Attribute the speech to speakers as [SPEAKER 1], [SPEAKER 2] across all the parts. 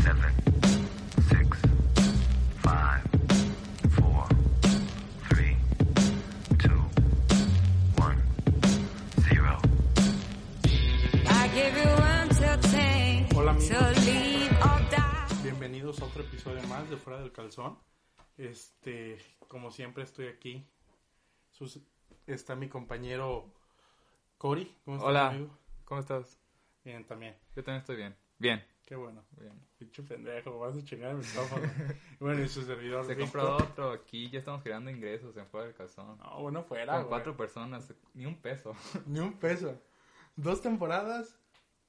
[SPEAKER 1] seven, six, five, four, three, two, one, zero.
[SPEAKER 2] I give you one till ten.
[SPEAKER 3] Hola, amigos.
[SPEAKER 2] So leave or die.
[SPEAKER 3] Bienvenidos a otro episodio más de Fuera del Calzón. Este, como siempre estoy aquí. Sus- está mi compañero Cory. ¿Cómo estás,
[SPEAKER 4] Hola,
[SPEAKER 3] amigo?
[SPEAKER 4] ¿cómo estás?
[SPEAKER 3] Bien, también.
[SPEAKER 4] Yo también estoy bien. Bien,
[SPEAKER 3] Qué bueno.
[SPEAKER 4] bien.
[SPEAKER 3] Pinche pendejo, vas a chingar el micrófono. bueno, y su servidor.
[SPEAKER 4] Se
[SPEAKER 3] Víctor.
[SPEAKER 4] compró otro, aquí ya estamos generando ingresos en fuera del calzón.
[SPEAKER 3] No, bueno, fuera,
[SPEAKER 4] Con
[SPEAKER 3] Ah, güey.
[SPEAKER 4] cuatro personas, ni un peso.
[SPEAKER 3] Ni un peso. Dos temporadas.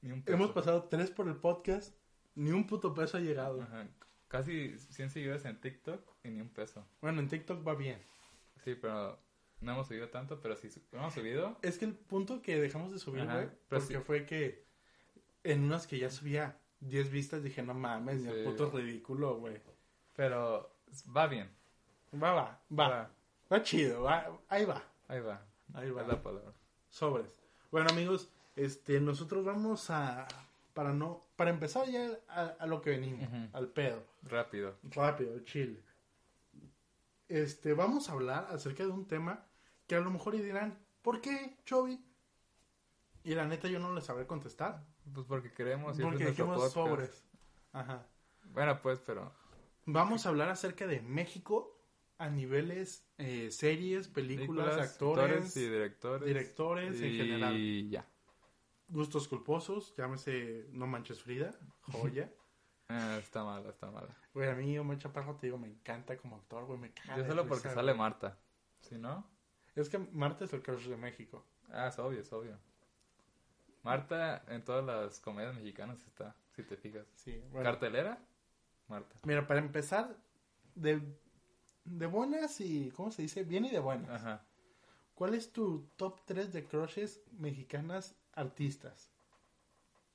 [SPEAKER 4] Ni un peso.
[SPEAKER 3] Hemos pasado tres por el podcast. Ni un puto peso ha llegado.
[SPEAKER 4] Ajá. Casi 100 seguidores en TikTok y ni un peso.
[SPEAKER 3] Bueno, en TikTok va bien.
[SPEAKER 4] Sí, pero no hemos subido tanto, pero sí su- hemos subido.
[SPEAKER 3] Es que el punto que dejamos de subir,
[SPEAKER 4] Ajá,
[SPEAKER 3] güey,
[SPEAKER 4] pero
[SPEAKER 3] porque
[SPEAKER 4] sí.
[SPEAKER 3] fue que en unas que ya subía 10 vistas dije, no mames, ni el
[SPEAKER 4] Sí.
[SPEAKER 3] puto ridículo, güey.
[SPEAKER 4] Pero va bien.
[SPEAKER 3] Va, va, va, va. chido, va, ahí va,
[SPEAKER 4] Ahí va.
[SPEAKER 3] ahí va.
[SPEAKER 4] Es la palabra.
[SPEAKER 3] Sobres. Bueno, amigos, este, nosotros vamos a, para no, para empezar ya a, a lo que venimos,
[SPEAKER 4] Ujú.
[SPEAKER 3] al pedo.
[SPEAKER 4] Rápido.
[SPEAKER 3] Rápido, chill. Este, vamos a hablar acerca de un tema que a lo mejor y dirán, ¿por qué, Chovy? Y la neta yo no le sabré contestar.
[SPEAKER 4] Pues porque queremos ir
[SPEAKER 3] Porque dijimos sobres. Ajá.
[SPEAKER 4] Bueno, pues, pero.
[SPEAKER 3] Vamos a hablar acerca de México a niveles eh, series, películas, actores,
[SPEAKER 4] y directores.
[SPEAKER 3] directores en
[SPEAKER 4] y
[SPEAKER 3] general.
[SPEAKER 4] Y ya.
[SPEAKER 3] Gustos culposos, llámese No Manches Frida, joya.
[SPEAKER 4] Eh, está mala, está mala.
[SPEAKER 3] Güey, a mí Omar Chaparro, te digo, me encanta como actor, güey, me caga.
[SPEAKER 4] Yo
[SPEAKER 3] de
[SPEAKER 4] solo
[SPEAKER 3] risa,
[SPEAKER 4] porque
[SPEAKER 3] güey.
[SPEAKER 4] sale Marta. Si no,
[SPEAKER 3] Es que Marta es el crush de México.
[SPEAKER 4] ah, es obvio, es obvio. Marta en todas las comedias mexicanas está, si te fijas.
[SPEAKER 3] Sí, bueno.
[SPEAKER 4] Cartelera, Marta.
[SPEAKER 3] Mira, para empezar, de, de buenas y, ¿cómo se dice? Bien y de buenas.
[SPEAKER 4] Ajá.
[SPEAKER 3] ¿Cuál es tu top 3 de crushes mexicanas artistas?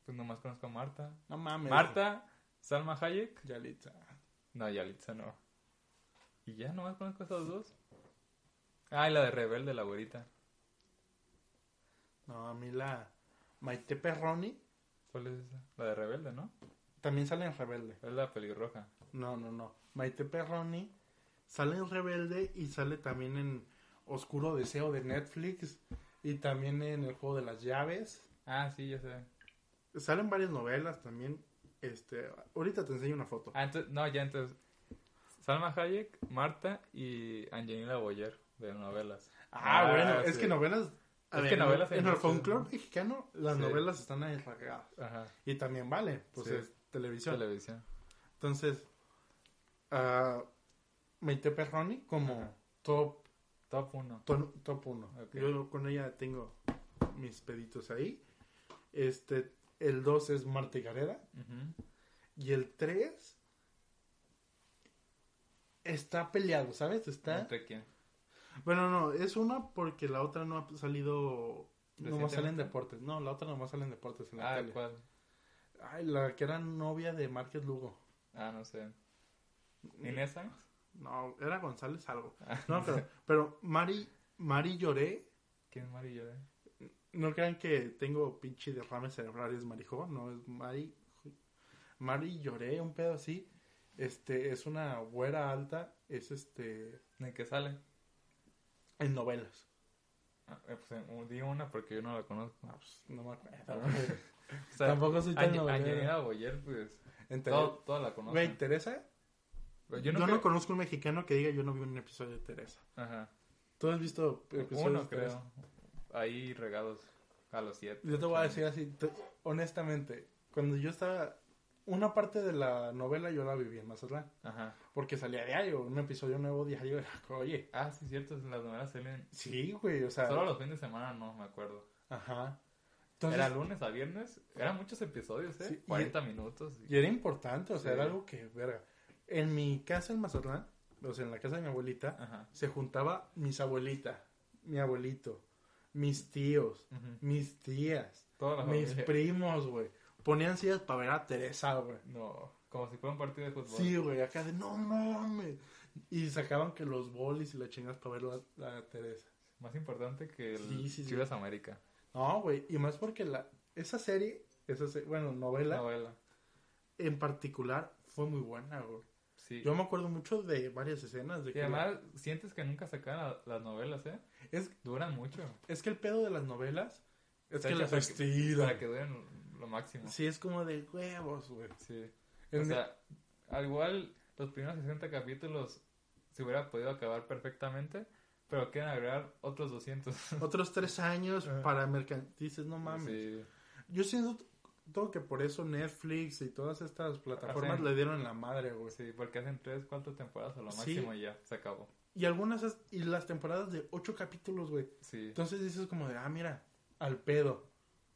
[SPEAKER 4] Pues nomás conozco a Marta.
[SPEAKER 3] No mames.
[SPEAKER 4] Marta, Salma Hayek.
[SPEAKER 3] Yalitza.
[SPEAKER 4] No, Yalitza no. Y ya nomás conozco a esas dos. Ah, y la de Rebelde, la güerita.
[SPEAKER 3] No, a mí la Maite Perroni
[SPEAKER 4] ¿Cuál es esa? La de Rebelde, ¿no?
[SPEAKER 3] también sale en Rebelde.
[SPEAKER 4] Es la pelirroja.
[SPEAKER 3] No, no, no. Maite Perroni sale en Rebelde y sale también en Oscuro Deseo de Netflix y también en El Juego de las Llaves.
[SPEAKER 4] Ah, sí, ya sé.
[SPEAKER 3] Salen varias novelas también. Este, ahorita te enseño una foto.
[SPEAKER 4] Ah, entonces, no, ya entonces. Salma Hayek, Marta y Angelina Boyer de novelas.
[SPEAKER 3] Ah, bueno, es
[SPEAKER 4] sí.
[SPEAKER 3] que novelas. a
[SPEAKER 4] Es que novelas
[SPEAKER 3] en,
[SPEAKER 4] en
[SPEAKER 3] el
[SPEAKER 4] Netflix,
[SPEAKER 3] folclore
[SPEAKER 4] ¿no?
[SPEAKER 3] mexicano las
[SPEAKER 4] Sí.
[SPEAKER 3] novelas están ahí ragadas.
[SPEAKER 4] Ajá,
[SPEAKER 3] Y también vale, pues
[SPEAKER 4] Sí.
[SPEAKER 3] es televisión.
[SPEAKER 4] televisión.
[SPEAKER 3] Entonces, ah, Maite Perroni como
[SPEAKER 4] Ajá.
[SPEAKER 3] top
[SPEAKER 4] Top 1.
[SPEAKER 3] ton- top 1.
[SPEAKER 4] Ok.
[SPEAKER 3] Yo con ella tengo mis peditos ahí. Este, el 2 es Marta Gareda. Y el 3 está peleado, ¿sabes? Está...
[SPEAKER 4] ¿Entre quién?
[SPEAKER 3] Bueno, no, es una porque la otra no ha salido... Nomás
[SPEAKER 4] Recientemente.
[SPEAKER 3] salen deportes. No, la otra nomás salen deportes en la
[SPEAKER 4] Ah,
[SPEAKER 3] tele.
[SPEAKER 4] ¿cuál?
[SPEAKER 3] Ay, la que era novia de Márquez Lugo.
[SPEAKER 4] Ah, no sé. ¿Inés Sanz?
[SPEAKER 3] No, era González algo.
[SPEAKER 4] Ah.
[SPEAKER 3] No, pero, pero Mari, Mari lloré.
[SPEAKER 4] ¿Quién es Mari Lloré?
[SPEAKER 3] No crean que tengo pinche derrame cerebral, es Marijó, no es Mari. Mari lloré, un pedo así. Este, es una güera alta, es este,
[SPEAKER 4] ¿De qué sale?
[SPEAKER 3] en novelas.
[SPEAKER 4] Ah, eh, pues, eh, di una porque yo no la conozco.
[SPEAKER 3] No, pues, no me acuerdo.
[SPEAKER 4] Ah.
[SPEAKER 3] güey.
[SPEAKER 4] O sea,
[SPEAKER 3] Tampoco soy tan
[SPEAKER 4] Ange-
[SPEAKER 3] novelero.
[SPEAKER 4] Angelina Boyer, pues.
[SPEAKER 3] En tele-
[SPEAKER 4] todo- Todas la conocen.
[SPEAKER 3] Güey, Teresa.
[SPEAKER 4] Pero
[SPEAKER 3] Yo,
[SPEAKER 4] yo
[SPEAKER 3] no,
[SPEAKER 4] no, creo-
[SPEAKER 3] conozco un mexicano que diga yo no vi un episodio de Teresa.
[SPEAKER 4] Ajá.
[SPEAKER 3] ¿Tú has visto episodios
[SPEAKER 4] Uno,
[SPEAKER 3] de Teresa?
[SPEAKER 4] creo. Ahí regados a los siete.
[SPEAKER 3] Yo te
[SPEAKER 4] ocho
[SPEAKER 3] voy a
[SPEAKER 4] años.
[SPEAKER 3] decir así, te- honestamente, cuando yo estaba. Una parte de la novela yo la viví en Mazatlán.
[SPEAKER 4] Ajá.
[SPEAKER 3] Porque salía diario, un episodio nuevo diario. Era, como, oye,
[SPEAKER 4] Ah, sí, cierto. Las novelas salen.
[SPEAKER 3] sí, güey, o sea.
[SPEAKER 4] Solo los fines de semana no me acuerdo.
[SPEAKER 3] Ajá. Entonces,
[SPEAKER 4] era lunes a viernes, eran muchos episodios, ¿eh?
[SPEAKER 3] Sí, y-
[SPEAKER 4] 40 minutos.
[SPEAKER 3] y era importante, o sea,
[SPEAKER 4] Sí.
[SPEAKER 3] era algo que, verga. En mi casa en Mazatlán, o sea, en la casa de mi abuelita,
[SPEAKER 4] Ajá.
[SPEAKER 3] se juntaba mis abuelitas, mi abuelito, mis tíos,
[SPEAKER 4] Ujú.
[SPEAKER 3] mis tías,
[SPEAKER 4] Toda la
[SPEAKER 3] mis
[SPEAKER 4] familia.
[SPEAKER 3] primos, güey. Ponían sillas para ver a Teresa, güey.
[SPEAKER 4] No, como si fuera un partido de fútbol.
[SPEAKER 3] Sí, güey, acá de no mames. Y sacaban que los bolis y las chingas para ver la, la Teresa.
[SPEAKER 4] Más importante que el
[SPEAKER 3] Sí, sí, sí.
[SPEAKER 4] Chivas América.
[SPEAKER 3] No, güey, y más porque la, esa serie, esa se- bueno, novela,
[SPEAKER 4] Novela.
[SPEAKER 3] en particular fue muy buena, güey.
[SPEAKER 4] Sí.
[SPEAKER 3] Yo me acuerdo mucho de varias escenas. De
[SPEAKER 4] Y además, sientes que nunca sacaban la- las novelas, ¿eh?
[SPEAKER 3] es,
[SPEAKER 4] Duran mucho.
[SPEAKER 3] es que el pedo de las novelas es
[SPEAKER 4] Está
[SPEAKER 3] que
[SPEAKER 4] hecha
[SPEAKER 3] las
[SPEAKER 4] para que-
[SPEAKER 3] estiran.
[SPEAKER 4] Para que duren lo máximo.
[SPEAKER 3] Sí, es como de huevos, güey.
[SPEAKER 4] Sí. O
[SPEAKER 3] En-
[SPEAKER 4] sea, al igual los primeros 60 capítulos se hubiera podido acabar perfectamente, pero quieren agregar otros 200.
[SPEAKER 3] Otros tres años
[SPEAKER 4] Ajá.
[SPEAKER 3] para mercantiles. Dices, no mames.
[SPEAKER 4] Sí.
[SPEAKER 3] Yo siento todo que por eso Netflix y todas estas plataformas
[SPEAKER 4] Hacen-
[SPEAKER 3] le dieron la madre, güey.
[SPEAKER 4] pues Sí, porque hacen 3, 4 temporadas a lo
[SPEAKER 3] Sí.
[SPEAKER 4] máximo y ya, se acabó.
[SPEAKER 3] Y algunas, es- y las temporadas de ocho capítulos, güey.
[SPEAKER 4] Sí.
[SPEAKER 3] Entonces dices como de, ah, mira, al pedo,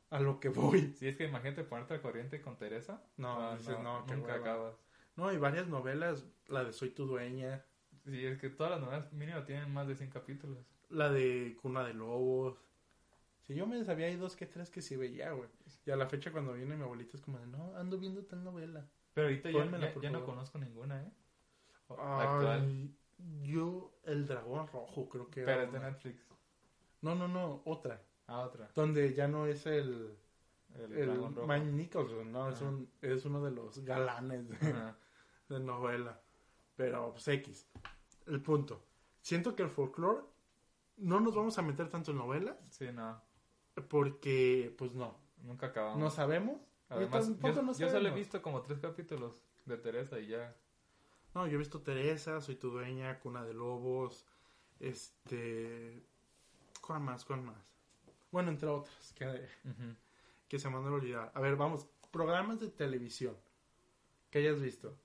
[SPEAKER 3] a lo que voy.
[SPEAKER 4] Sí, es que imagínate ponerte al corriente con Teresa. Ah,
[SPEAKER 3] No, dices, no, qué
[SPEAKER 4] nunca
[SPEAKER 3] hueva.
[SPEAKER 4] acabas.
[SPEAKER 3] No, y varias novelas, la de Soy tu dueña,
[SPEAKER 4] Sí, es que todas las novelas mínimo tienen más de 100 capítulos.
[SPEAKER 3] la de Cuna de Lobos. Si yo me sabía, hay dos que tres que sí veía, güey. Y a la fecha cuando viene mi abuelita es como de, no, ando viendo tal novela.
[SPEAKER 4] Pero ahorita ya,
[SPEAKER 3] Pónmela,
[SPEAKER 4] ya-
[SPEAKER 3] por
[SPEAKER 4] ya no
[SPEAKER 3] favor.
[SPEAKER 4] conozco ninguna, ¿eh? O- actual.
[SPEAKER 3] Ay, yo, El Dragón Rojo, creo que era
[SPEAKER 4] Pero es de
[SPEAKER 3] una.
[SPEAKER 4] Netflix.
[SPEAKER 3] No, no, no, otra.
[SPEAKER 4] Ah, otra.
[SPEAKER 3] Donde ya no es el,
[SPEAKER 4] El,
[SPEAKER 3] el
[SPEAKER 4] Dragón Rojo.
[SPEAKER 3] Mike Nicholson, ¿no? Es,
[SPEAKER 4] Ajá.
[SPEAKER 3] un, es uno de los galanes de,
[SPEAKER 4] Ajá.
[SPEAKER 3] de novela. Pero, pues, X. El punto. Siento que el folclore no nos vamos a meter tanto en novelas
[SPEAKER 4] Sí, no.
[SPEAKER 3] porque, pues, no.
[SPEAKER 4] Nunca acabamos.
[SPEAKER 3] No sabemos. Yo
[SPEAKER 4] Además, yo,
[SPEAKER 3] tampoco no
[SPEAKER 4] yo solo he
[SPEAKER 3] sabemos.
[SPEAKER 4] visto como tres capítulos de Teresa y ya.
[SPEAKER 3] No, yo he visto Teresa, Soy tu dueña, Cuna de Lobos, este... ¿Cuál más? ¿Cuál más? Bueno, entre otras, que, que se me han olvidado. A ver, vamos, programas de televisión que hayas visto.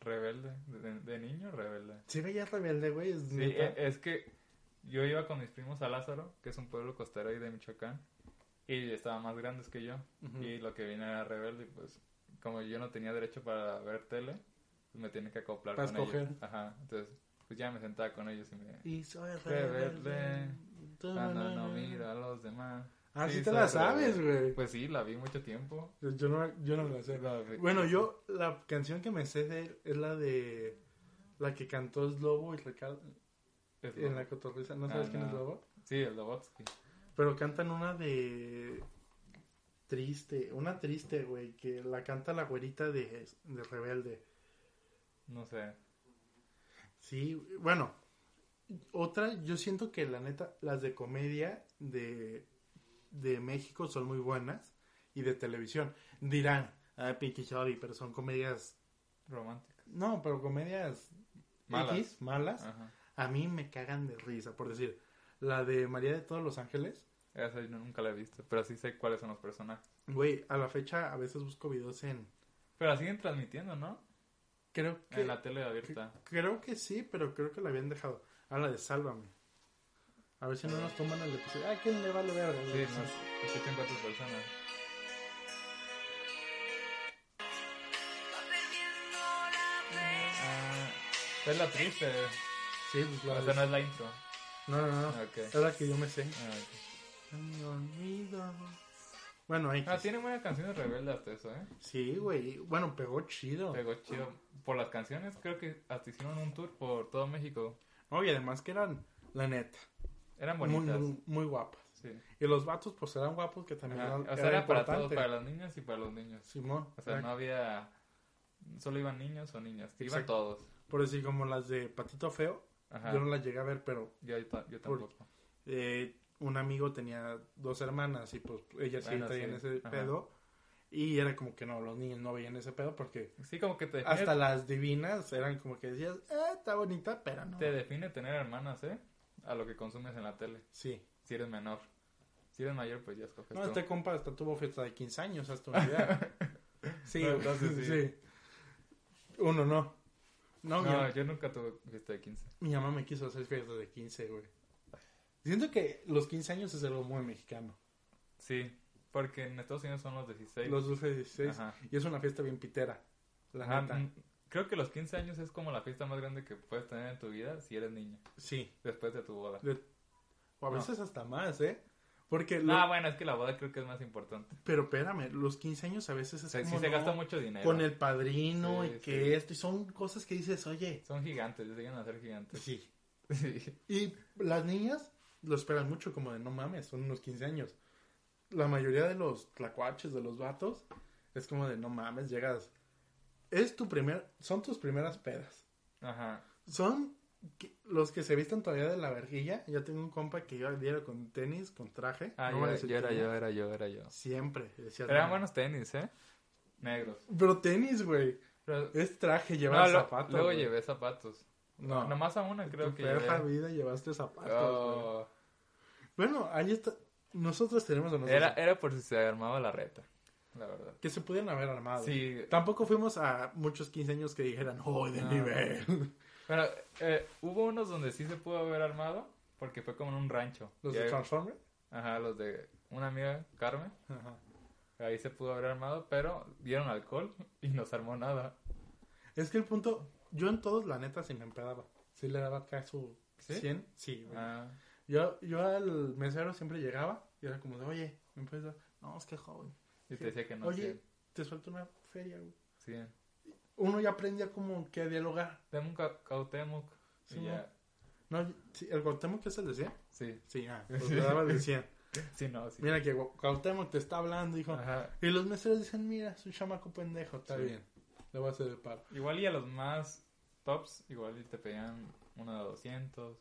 [SPEAKER 4] Rebelde, de, de niño rebelde.
[SPEAKER 3] Si veías Rebelde, güey, es
[SPEAKER 4] Sí,
[SPEAKER 3] neta.
[SPEAKER 4] e- es que yo iba con mis primos a Lázaro, que es un pueblo costero ahí de Michoacán, y estaban más grandes que yo,
[SPEAKER 3] Ujú.
[SPEAKER 4] y lo que vino era rebelde, y pues como yo no tenía derecho para ver tele, pues me tenía que acoplar
[SPEAKER 3] Para
[SPEAKER 4] con ellos.
[SPEAKER 3] escoger.
[SPEAKER 4] Ajá, entonces pues ya me sentaba con ellos y me...
[SPEAKER 3] Y soy
[SPEAKER 4] Rebelde,
[SPEAKER 3] rebelde.
[SPEAKER 4] Cuando no miro a los demás.
[SPEAKER 3] Así
[SPEAKER 4] Sí,
[SPEAKER 3] Ah, te
[SPEAKER 4] soy
[SPEAKER 3] la sabes,
[SPEAKER 4] rebelde.
[SPEAKER 3] güey.
[SPEAKER 4] Pues sí, la vi mucho tiempo.
[SPEAKER 3] Yo no, yo no me la sé. Bueno, yo la canción que me sé de él es la de la que cantó es Lobo y Ricardo
[SPEAKER 4] Es
[SPEAKER 3] en
[SPEAKER 4] Lobo.
[SPEAKER 3] la cotorriza. ¿No
[SPEAKER 4] Ah,
[SPEAKER 3] sabes quién es
[SPEAKER 4] no.
[SPEAKER 3] Lobo?
[SPEAKER 4] Sí, el Lobotsky.
[SPEAKER 3] Pero cantan una de triste, una triste, güey, que la canta la güerita de, de Rebelde.
[SPEAKER 4] No sé.
[SPEAKER 3] Sí, bueno, otra, yo siento que la neta, las de comedia de, de México son muy buenas y de televisión. Dirán, ah, pinche Chavi, pero son comedias,
[SPEAKER 4] Romántica.
[SPEAKER 3] no, pero comedias
[SPEAKER 4] Malas. Ah.
[SPEAKER 3] X, malas.
[SPEAKER 4] Ajá.
[SPEAKER 3] A mí me cagan de risa, por decir, la de María de todos los ángeles.
[SPEAKER 4] Esa yo nunca la he visto, pero sí sé cuáles son los personajes.
[SPEAKER 3] Güey, a la fecha a veces busco videos en...
[SPEAKER 4] Pero la siguen transmitiendo, ¿no?
[SPEAKER 3] Creo que...
[SPEAKER 4] En la tele abierta.
[SPEAKER 3] Creo que sí, pero creo que la habían dejado. Ah, la de Sálvame. A ver si no nos toman el episodio. Ah, ¿quién le vale verga?
[SPEAKER 4] Sí, nos escuchan cuatro personas. Ah, es la triste.
[SPEAKER 3] Sí, pues la
[SPEAKER 4] Pero
[SPEAKER 3] de-
[SPEAKER 4] esa no es la intro.
[SPEAKER 3] No, no, no.
[SPEAKER 4] Ok.
[SPEAKER 3] Es la que yo me sé.
[SPEAKER 4] Ah, ok.
[SPEAKER 3] Me olvido. Bueno, ahí.
[SPEAKER 4] Ah, tiene buenas canciones rebeldes hasta eso, ¿eh?
[SPEAKER 3] Sí, güey. Bueno, pegó chido.
[SPEAKER 4] Pegó chido. Por las canciones, creo que hasta hicieron un tour por todo México.
[SPEAKER 3] No, y además que eran, la neta,
[SPEAKER 4] Eran
[SPEAKER 3] muy,
[SPEAKER 4] bonitas.
[SPEAKER 3] muy, muy guapas.
[SPEAKER 4] Sí.
[SPEAKER 3] Y los vatos, pues eran guapos, que también
[SPEAKER 4] Ajá.
[SPEAKER 3] eran-
[SPEAKER 4] O sea, era para
[SPEAKER 3] importante.
[SPEAKER 4] todos, para las niñas y para los niños.
[SPEAKER 3] Simón.
[SPEAKER 4] O sea, no había. Solo iban niños o niñas. Iban
[SPEAKER 3] Exacto.
[SPEAKER 4] todos.
[SPEAKER 3] Por decir, como las de Patito Feo,
[SPEAKER 4] Ajá.
[SPEAKER 3] yo
[SPEAKER 4] Yo,
[SPEAKER 3] no las llegué a ver, pero
[SPEAKER 4] yo ta- yo
[SPEAKER 3] Por-
[SPEAKER 4] tampoco.
[SPEAKER 3] eh, un amigo tenía dos hermanas y pues ellas
[SPEAKER 4] Bueno,
[SPEAKER 3] sí traían
[SPEAKER 4] sí,
[SPEAKER 3] ese
[SPEAKER 4] ajá.
[SPEAKER 3] pedo. Y era como que no, los niños no veían ese pedo porque
[SPEAKER 4] Sí, como que te define,
[SPEAKER 3] hasta las divinas eran como que decías, "Ah, está bonita, pero no.
[SPEAKER 4] te define tener hermanas, ¿eh? A lo que consumes en la tele.
[SPEAKER 3] Sí.
[SPEAKER 4] Si eres menor. Si eres mayor, pues ya escoges.
[SPEAKER 3] No,
[SPEAKER 4] tú.
[SPEAKER 3] este compa hasta tuvo fiesta de 15 años, hasta una idea. sí,
[SPEAKER 4] No, entonces sí.
[SPEAKER 3] sí. Uno no. No,
[SPEAKER 4] No,
[SPEAKER 3] mi-
[SPEAKER 4] yo nunca tuve fiesta de 15.
[SPEAKER 3] mi mamá me quiso hacer fiesta de 15, güey. Siento que los 15 años es algo muy mexicano.
[SPEAKER 4] Sí, porque en Estados Unidos son los 16.
[SPEAKER 3] Los 12, 16.
[SPEAKER 4] Ajá.
[SPEAKER 3] Y es una fiesta bien pitera. La
[SPEAKER 4] Ajá,
[SPEAKER 3] neta.
[SPEAKER 4] mm, Creo que los 15 años es como la fiesta más grande que puedes tener en tu vida si eres niño.
[SPEAKER 3] Sí.
[SPEAKER 4] Después de tu boda.
[SPEAKER 3] De- o a
[SPEAKER 4] No.
[SPEAKER 3] veces hasta más, ¿eh? Porque, lo-
[SPEAKER 4] Ah, bueno, es que la boda creo que es más importante.
[SPEAKER 3] pero espérame, los 15 años a veces
[SPEAKER 4] O
[SPEAKER 3] es
[SPEAKER 4] sea, sí
[SPEAKER 3] como,
[SPEAKER 4] se
[SPEAKER 3] no,
[SPEAKER 4] gasta mucho dinero.
[SPEAKER 3] con el padrino
[SPEAKER 4] Sí,
[SPEAKER 3] y que
[SPEAKER 4] sí.
[SPEAKER 3] esto, y son cosas que dices, oye, pues
[SPEAKER 4] Son gigantes, ya llegan a ser gigantes.
[SPEAKER 3] sí.
[SPEAKER 4] Sí.
[SPEAKER 3] Y las niñas lo esperan mucho, como de no mames, son unos 15 años. La mayoría de los tlacuaches, de los vatos, es como de no mames, llegas es tu primer, son tus primeras pedas.
[SPEAKER 4] Ajá.
[SPEAKER 3] Son que- los que se visten todavía de la verguilla. Yo tengo un compa que iba diario con tenis, con traje.
[SPEAKER 4] Ah,
[SPEAKER 3] No
[SPEAKER 4] yo,
[SPEAKER 3] voy a
[SPEAKER 4] era-
[SPEAKER 3] decir
[SPEAKER 4] yo era
[SPEAKER 3] quién.
[SPEAKER 4] yo, era yo, era yo.
[SPEAKER 3] Siempre. decía,
[SPEAKER 4] Eran
[SPEAKER 3] "No".
[SPEAKER 4] buenos tenis, ¿eh? Negros.
[SPEAKER 3] Pero tenis, güey.
[SPEAKER 4] Pero-
[SPEAKER 3] Es traje,
[SPEAKER 4] No,
[SPEAKER 3] llevas
[SPEAKER 4] lo-
[SPEAKER 3] zapatos.
[SPEAKER 4] Luego
[SPEAKER 3] güey.
[SPEAKER 4] llevé zapatos.
[SPEAKER 3] No.
[SPEAKER 4] Nomás a una
[SPEAKER 3] En
[SPEAKER 4] creo
[SPEAKER 3] tu
[SPEAKER 4] que
[SPEAKER 3] perra
[SPEAKER 4] llevé.
[SPEAKER 3] vida llevaste zapatos, güey.
[SPEAKER 4] Oh,
[SPEAKER 3] Bueno, ahí está. Nosotros tenemos a nosotros.
[SPEAKER 4] era, era por si se armaba la reta, la verdad.
[SPEAKER 3] Que se pudieran haber armado.
[SPEAKER 4] Sí,
[SPEAKER 3] Tampoco fuimos a muchos 15 años que dijeran, ¡oh, de
[SPEAKER 4] No.
[SPEAKER 3] nivel!
[SPEAKER 4] bueno, eh, hubo unos donde sí se pudo haber armado, porque fue como en un rancho.
[SPEAKER 3] Los
[SPEAKER 4] Y
[SPEAKER 3] de
[SPEAKER 4] ahí-
[SPEAKER 3] Transformers.
[SPEAKER 4] Ajá, los de una amiga, Carmen.
[SPEAKER 3] Ajá.
[SPEAKER 4] Ahí se pudo haber armado, pero dieron alcohol y no se armó nada.
[SPEAKER 3] Es que el punto, yo en todos, la neta, sí me empedaba. Sí le daba acá su
[SPEAKER 4] ¿Sí?
[SPEAKER 3] 100. Sí, güey.
[SPEAKER 4] Ah,
[SPEAKER 3] Yo, yo al mesero siempre llegaba y era como de, oye, me puedes dar? No, es que joven.
[SPEAKER 4] y te decía que no.
[SPEAKER 3] oye,
[SPEAKER 4] sí,
[SPEAKER 3] te suelto una feria, güey.
[SPEAKER 4] sí.
[SPEAKER 3] Uno ya aprendía como que a dialogar.
[SPEAKER 4] Dame un ca- cautemoc. y
[SPEAKER 3] Sí,
[SPEAKER 4] ya.
[SPEAKER 3] No, sí, el Cuauhtémoc que se le decía.
[SPEAKER 4] Sí,
[SPEAKER 3] Sí, ah, pues le daba el 100.
[SPEAKER 4] sí, no, sí.
[SPEAKER 3] Mira que Gua- Cuauhtémoc te está hablando, hijo.
[SPEAKER 4] Ajá.
[SPEAKER 3] Y los meseros dicen, mira, es un chamaco pendejo, está
[SPEAKER 4] Sí.
[SPEAKER 3] bien. Le voy a hacer el paro.
[SPEAKER 4] Igual y a los más tops, igual y te pedían uno de 200,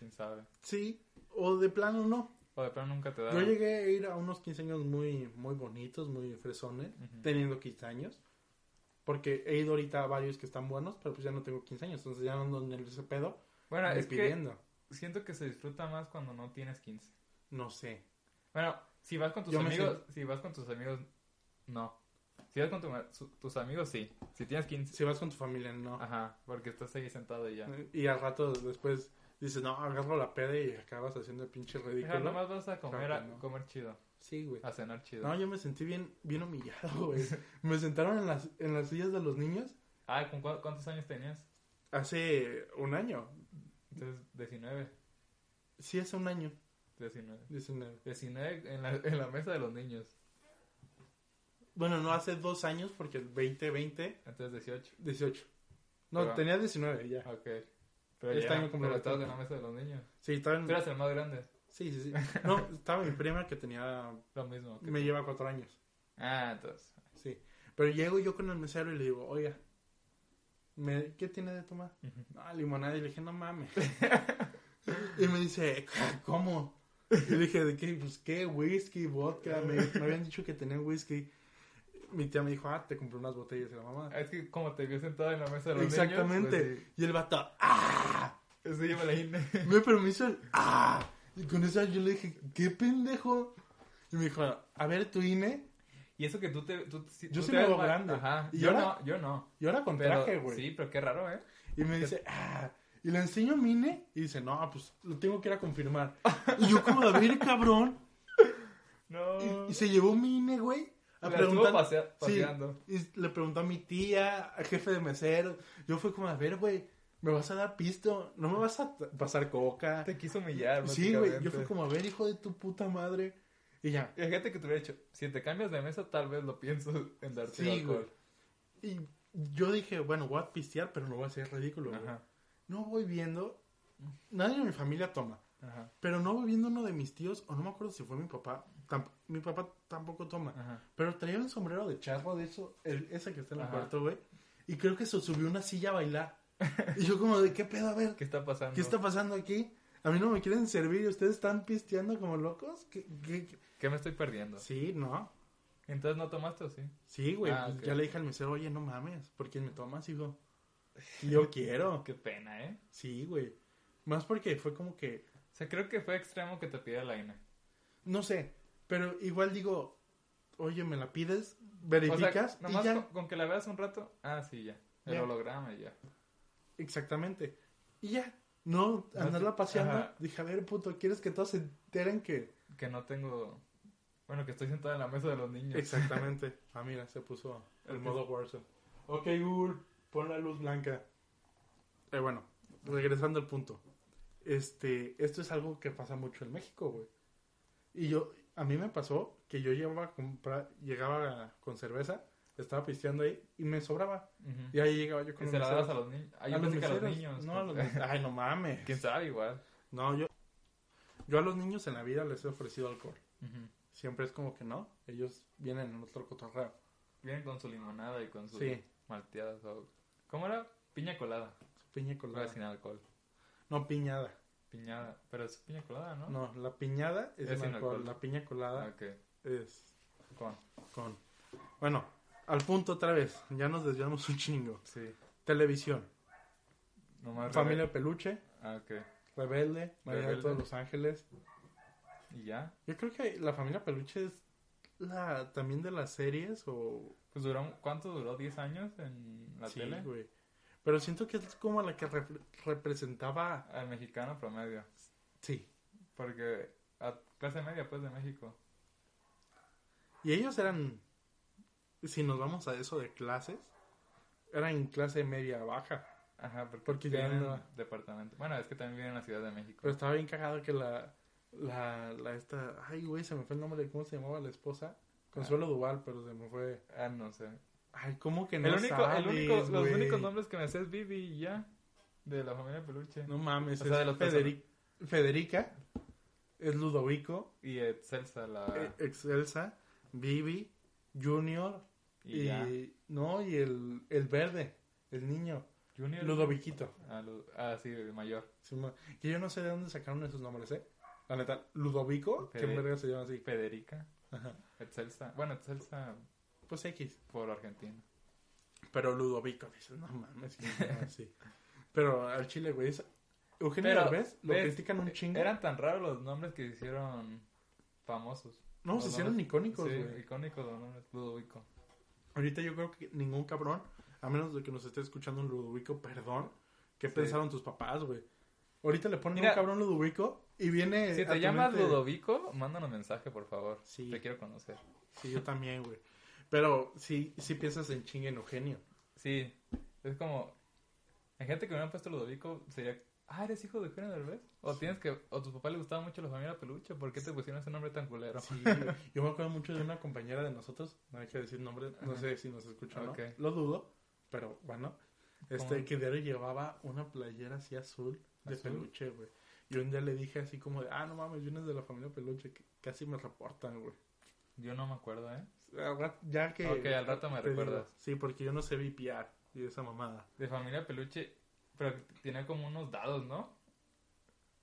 [SPEAKER 4] quién sabe.
[SPEAKER 3] Sí, o de plano no.
[SPEAKER 4] O de plano nunca te
[SPEAKER 3] Yo
[SPEAKER 4] daban.
[SPEAKER 3] llegué a ir a unos 15 años muy, muy bonitos, muy fresones,
[SPEAKER 4] Ujú.
[SPEAKER 3] teniendo 15 años. Porque he ido ahorita a varios que están buenos, pero pues ya no tengo 15 años, entonces ya no ando en el- ese pedo.
[SPEAKER 4] Bueno,
[SPEAKER 3] ni
[SPEAKER 4] es que
[SPEAKER 3] pidiendo.
[SPEAKER 4] siento que se disfruta más cuando no tienes 15.
[SPEAKER 3] No sé.
[SPEAKER 4] Bueno, si vas con tus
[SPEAKER 3] Yo me
[SPEAKER 4] amigos, si vas con tus amigos, no. Si vas con tu- su- tus amigos, sí. Si tienes 15,
[SPEAKER 3] Si vas con tu familia, no.
[SPEAKER 4] ajá, porque estás ahí sentado y ya.
[SPEAKER 3] Y al rato después dices, no, agarro la peda y acabas haciendo el pinche
[SPEAKER 4] Ajá,
[SPEAKER 3] ridículo.
[SPEAKER 4] nomás vas a comer, a,
[SPEAKER 3] Claro que no.
[SPEAKER 4] comer chido,
[SPEAKER 3] sí, güey.
[SPEAKER 4] a cenar chido.
[SPEAKER 3] No, yo me sentí bien, bien humillado, güey. Me sentaron en las, en las sillas de los niños
[SPEAKER 4] Ah, ¿con cua- cuántos años tenías?
[SPEAKER 3] hace un año.
[SPEAKER 4] Entonces, 19,
[SPEAKER 3] Sí, hace un año, eh,
[SPEAKER 4] 19.
[SPEAKER 3] 19.
[SPEAKER 4] 19 en la, en la mesa de los niños,
[SPEAKER 3] Bueno, no hace dos años porque el 20, 20,
[SPEAKER 4] entonces 18.
[SPEAKER 3] 18. No,
[SPEAKER 4] Pero-
[SPEAKER 3] tenía 19 ya.
[SPEAKER 4] Ok. Pero
[SPEAKER 3] Este
[SPEAKER 4] ya,
[SPEAKER 3] año cumple
[SPEAKER 4] pero
[SPEAKER 3] la
[SPEAKER 4] estabas
[SPEAKER 3] tuya.
[SPEAKER 4] en la mesa de los niños.
[SPEAKER 3] Sí, estaba en-
[SPEAKER 4] Tú eras el más grande,
[SPEAKER 3] Sí, sí, sí. No, estaba mi prima que tenía...
[SPEAKER 4] lo mismo. que
[SPEAKER 3] Me
[SPEAKER 4] tú.
[SPEAKER 3] lleva cuatro años.
[SPEAKER 4] Ah, entonces.
[SPEAKER 3] Sí. Pero llego yo con el mesero y le digo, oiga, ¿me- ¿qué tiene de tomar?
[SPEAKER 4] Ujú.
[SPEAKER 3] No, limonada. Y le dije, no mames. y me dice, ¿cómo? Y le dije, ¿de qué? Pues qué, whisky, vodka. Me, me habían dicho que tenían whisky. Mi tía me dijo, ah, te compré unas botellas de la mamá.
[SPEAKER 4] Es que como te vio sentado en la mesa de los Pues
[SPEAKER 3] Exactamente.
[SPEAKER 4] niños.
[SPEAKER 3] Y el vato, ¡ah!
[SPEAKER 4] Exactamente. Sí, yo me la imaginé.
[SPEAKER 3] Me permiso el ¡ah! Y con eso yo le dije, ¿qué pendejo? Y me dijo, a ver tu E". INE.
[SPEAKER 4] Y eso que tú te... Tú, sí-
[SPEAKER 3] Yo
[SPEAKER 4] tú
[SPEAKER 3] sí
[SPEAKER 4] te
[SPEAKER 3] me
[SPEAKER 4] ves
[SPEAKER 3] veo
[SPEAKER 4] mal-
[SPEAKER 3] grande.
[SPEAKER 4] Ajá.
[SPEAKER 3] ¿Y
[SPEAKER 4] Yo
[SPEAKER 3] ahora?
[SPEAKER 4] no, yo no.
[SPEAKER 3] Y ahora con
[SPEAKER 4] Pero,
[SPEAKER 3] traje, güey.
[SPEAKER 4] sí, pero qué raro, ¿eh?
[SPEAKER 3] Y me dice, ah. Y le enseño mi INE. Y dice, no, pues lo tengo que ir a confirmar. Y yo, como, a ver, cabrón.
[SPEAKER 4] No.
[SPEAKER 3] Y se llevó mi INE, güey. A
[SPEAKER 4] Ah. La estuvo
[SPEAKER 3] preguntar.
[SPEAKER 4] pasea-
[SPEAKER 3] Sí,
[SPEAKER 4] paseando.
[SPEAKER 3] y le preguntó a mi tía, al jefe de mesero. Yo fue como, a ver, güey, ¿me vas a dar pisto? ¿No me vas a t- pasar coca?
[SPEAKER 4] Te quiso humillar,
[SPEAKER 3] Sí, güey. Yo
[SPEAKER 4] básicamente.
[SPEAKER 3] fui como, a ver, hijo de tu puta madre. Y ya.
[SPEAKER 4] Y Fíjate que te hubiera dicho, si te cambias de mesa, tal vez lo pienso en darte
[SPEAKER 3] Sí,
[SPEAKER 4] alcohol.
[SPEAKER 3] Y yo dije, bueno, voy a pistear, pero no voy a ser ridículo. güey.
[SPEAKER 4] Ajá,
[SPEAKER 3] No voy viendo. Nadie de mi familia toma.
[SPEAKER 4] ajá,
[SPEAKER 3] Pero no voy viendo uno de mis tíos, o no me acuerdo si fue mi papá. Tamp- mi papá tampoco toma.
[SPEAKER 4] ajá.
[SPEAKER 3] Pero traía un sombrero de charro de eso, el, ese que está en el
[SPEAKER 4] Ajá.
[SPEAKER 3] cuarto, güey. Y creo que se subió a una silla a bailar. Y yo como de, ¿qué pedo? A ver,
[SPEAKER 4] ¿Qué está pasando?
[SPEAKER 3] ¿qué está pasando aquí? A mí no me quieren servir y ustedes están pisteando como locos. ¿Qué, qué- qué?
[SPEAKER 4] ¿Qué me estoy perdiendo?
[SPEAKER 3] Sí, no.
[SPEAKER 4] Entonces, ¿no tomaste o sí?
[SPEAKER 3] Sí, güey.
[SPEAKER 4] Ah,
[SPEAKER 3] pues
[SPEAKER 4] ok.
[SPEAKER 3] Ya le dije al mesero, oye, no mames, ¿por quién me tomas, hijo? Yo quiero.
[SPEAKER 4] Qué pena, ¿eh?
[SPEAKER 3] Sí, güey. Más porque fue como que,
[SPEAKER 4] O sea, creo que fue extremo que te pidiera la INE.
[SPEAKER 3] no sé, pero igual digo, oye, me la pides, verificas
[SPEAKER 4] O sea, nomás
[SPEAKER 3] y ya.
[SPEAKER 4] con, con que la veas un rato, ah, sí, ya. El
[SPEAKER 3] Ya.
[SPEAKER 4] holograma y ya.
[SPEAKER 3] Exactamente. Y ya. No,
[SPEAKER 4] No
[SPEAKER 3] andarla
[SPEAKER 4] te-
[SPEAKER 3] paseando.
[SPEAKER 4] ajá.
[SPEAKER 3] Dije, a ver, puto, ¿quieres que todos se enteren que...?
[SPEAKER 4] Que no tengo... Bueno, que estoy sentado en la mesa de los niños.
[SPEAKER 3] Exactamente. Ah, mira, se puso el modo Warzone. Ok, Google, pon la luz blanca. Eh, bueno, regresando al punto. Este, esto es algo que pasa mucho en México, güey. Y yo, a mí me pasó que yo llevaba a comprar, llegaba con cerveza, estaba pisteando ahí y me sobraba.
[SPEAKER 4] Ujú.
[SPEAKER 3] Y ahí llegaba yo
[SPEAKER 4] Y
[SPEAKER 3] con
[SPEAKER 4] se la dabas
[SPEAKER 3] meseros.
[SPEAKER 4] a los niños. Ay,
[SPEAKER 3] A
[SPEAKER 4] yo
[SPEAKER 3] los
[SPEAKER 4] pensé que a los
[SPEAKER 3] meseros.
[SPEAKER 4] niños.
[SPEAKER 3] No, a los meseros. Ay, no mames.
[SPEAKER 4] ¿Quién sabe? Igual.
[SPEAKER 3] No, yo, yo a los niños en la vida les he ofrecido alcohol.
[SPEAKER 4] Ujú.
[SPEAKER 3] Siempre es como que no. Ellos vienen en otro cotorreo.
[SPEAKER 4] Vienen con su limonada y con su...
[SPEAKER 3] Sí.
[SPEAKER 4] malteadas o... ¿Cómo era? Piña colada,
[SPEAKER 3] Piña
[SPEAKER 4] pero
[SPEAKER 3] colada.
[SPEAKER 4] sin alcohol.
[SPEAKER 3] No, piñada.
[SPEAKER 4] Piñada, pero es piña colada, ¿no?
[SPEAKER 3] No, la piñada es,
[SPEAKER 4] Es
[SPEAKER 3] sin
[SPEAKER 4] sin
[SPEAKER 3] alcohol.
[SPEAKER 4] alcohol. Ah.
[SPEAKER 3] La piña colada
[SPEAKER 4] Ok,
[SPEAKER 3] es
[SPEAKER 4] con,
[SPEAKER 3] con... Bueno, al punto otra vez. Ya nos desviamos un chingo.
[SPEAKER 4] sí.
[SPEAKER 3] Televisión.
[SPEAKER 4] Nomás
[SPEAKER 3] Familia
[SPEAKER 4] rebe-
[SPEAKER 3] Peluche,
[SPEAKER 4] Ah, ok.
[SPEAKER 3] Rebelde, María de
[SPEAKER 4] Rebelde.
[SPEAKER 3] todos los ángeles.
[SPEAKER 4] ¿Y ya?
[SPEAKER 3] Yo creo que la familia Peluche es la también de las series o...
[SPEAKER 4] Pues duró, ¿cuánto duró? ¿10 años en la
[SPEAKER 3] Sí,
[SPEAKER 4] tele?
[SPEAKER 3] güey. Pero siento que es como la que re- representaba...
[SPEAKER 4] Al mexicano promedio.
[SPEAKER 3] Sí.
[SPEAKER 4] Porque a clase media, pues, de México.
[SPEAKER 3] Y ellos eran, si nos vamos a eso de clases, eran clase media baja.
[SPEAKER 4] Ajá, porque,
[SPEAKER 3] Porque ya
[SPEAKER 4] tienen
[SPEAKER 3] no-
[SPEAKER 4] departamento. Bueno, es que también viven en la Ciudad de México.
[SPEAKER 3] Pero estaba bien cagado que la, la, la esta, ay güey, se me fue el nombre de cómo se llamaba la esposa. Consuelo Duval, pero se me fue.
[SPEAKER 4] Ah, no sé.
[SPEAKER 3] Ay, ¿cómo que no
[SPEAKER 4] el único,
[SPEAKER 3] sabes,
[SPEAKER 4] el único, los
[SPEAKER 3] güey?
[SPEAKER 4] únicos nombres que me sé es Bibi y ya. De la familia Peluche.
[SPEAKER 3] No mames,
[SPEAKER 4] O sea,
[SPEAKER 3] es
[SPEAKER 4] de los
[SPEAKER 3] Federi- Federica, es Ludovico,
[SPEAKER 4] Y Excelsa, la.
[SPEAKER 3] eh, Excelsa, Vivi, Junior eh,
[SPEAKER 4] y,
[SPEAKER 3] y,
[SPEAKER 4] ya.
[SPEAKER 3] no, y el, el verde, el niño,
[SPEAKER 4] Junior.
[SPEAKER 3] Ludoviquito.
[SPEAKER 4] Ah, Lu- ah, sí, el mayor.
[SPEAKER 3] Simón. Que yo no sé de dónde sacaron esos nombres, ¿eh? La neta, Ludovico, que
[SPEAKER 4] Fede-
[SPEAKER 3] verga se llama así.
[SPEAKER 4] Federica.
[SPEAKER 3] Ajá.
[SPEAKER 4] Excelsa. Bueno, Excelsa
[SPEAKER 3] Pues X.
[SPEAKER 4] por Argentina.
[SPEAKER 3] Pero Ludovico, dices, no mames, que se llama así. Pero al chile, güey, es... Eugenio
[SPEAKER 4] Pero,
[SPEAKER 3] Derbez lo
[SPEAKER 4] ¿ves? Eh,
[SPEAKER 3] critican un chingo.
[SPEAKER 4] Eran tan raros los nombres que se hicieron famosos.
[SPEAKER 3] No, se
[SPEAKER 4] los
[SPEAKER 3] hicieron
[SPEAKER 4] nombres-
[SPEAKER 3] icónicos,
[SPEAKER 4] sí,
[SPEAKER 3] güey.
[SPEAKER 4] icónicos los nombres. Ludovico.
[SPEAKER 3] Ahorita yo creo que ningún cabrón, a menos de que nos esté escuchando un Ludovico, perdón, ¿qué
[SPEAKER 4] Sí.
[SPEAKER 3] pensaron tus papás, güey? Ahorita le ponen
[SPEAKER 4] Mira.
[SPEAKER 3] un cabrón Ludovico y viene...
[SPEAKER 4] Si
[SPEAKER 3] a tu
[SPEAKER 4] te llamas
[SPEAKER 3] mente-
[SPEAKER 4] Ludovico, mándanos mensaje, por favor.
[SPEAKER 3] Eh, Sí.
[SPEAKER 4] Te quiero conocer.
[SPEAKER 3] Sí, yo también, güey. Pero sí, sí piensas en chingue en Eugenio.
[SPEAKER 4] Sí, es como. La gente que me hubieran puesto Ludovico sería. Ah, ¿eres hijo de Eugenio Derbez? O tienes que. O a tu papá le gustaba mucho la familia Peluche. ¿Por qué te pusieron ese nombre tan culero?
[SPEAKER 3] Sí, güey. yo me acuerdo mucho de una compañera de nosotros, no hay que decir nombre, no sé si nos escucha o no,
[SPEAKER 4] Ok.
[SPEAKER 3] lo dudo, pero bueno, este
[SPEAKER 4] ¿Cómo?
[SPEAKER 3] que diario llevaba una playera así azul de
[SPEAKER 4] ¿Azul?
[SPEAKER 3] peluche, güey. Y un día le dije así como de, ah, no mames, vienes de la familia peluche, que casi me reportan, güey.
[SPEAKER 4] Yo no me acuerdo, ¿eh?
[SPEAKER 3] Al rat- Ya que...
[SPEAKER 4] Ok, al rato me
[SPEAKER 3] Eh, te digo.
[SPEAKER 4] recuerdas.
[SPEAKER 3] sí, porque yo no sé VPR y esa mamada.
[SPEAKER 4] De familia Peluche. Pero tenía como unos dados, ¿no?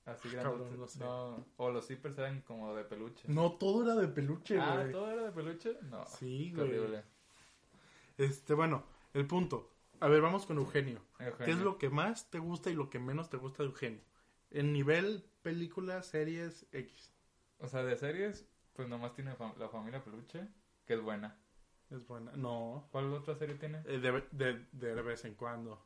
[SPEAKER 4] Así
[SPEAKER 3] Ah, cabrón,
[SPEAKER 4] grandes.
[SPEAKER 3] no sé.
[SPEAKER 4] O los zippers eran como de peluche.
[SPEAKER 3] No, todo era de peluche,
[SPEAKER 4] ah,
[SPEAKER 3] güey.
[SPEAKER 4] ¿todo era de peluche? No.
[SPEAKER 3] Sí,
[SPEAKER 4] qué
[SPEAKER 3] güey.
[SPEAKER 4] horrible.
[SPEAKER 3] Este, bueno, el punto. A ver, vamos con Eugenio.
[SPEAKER 4] Eugenio.
[SPEAKER 3] ¿Qué es lo que más te gusta y lo que menos te gusta de Eugenio? En nivel películas, series, X.
[SPEAKER 4] O sea, de series, pues nomás tiene fam- la familia Peluche, que es buena.
[SPEAKER 3] Es buena. No.
[SPEAKER 4] ¿Cuál otra serie tiene?
[SPEAKER 3] eh, De, de, de vez en cuando.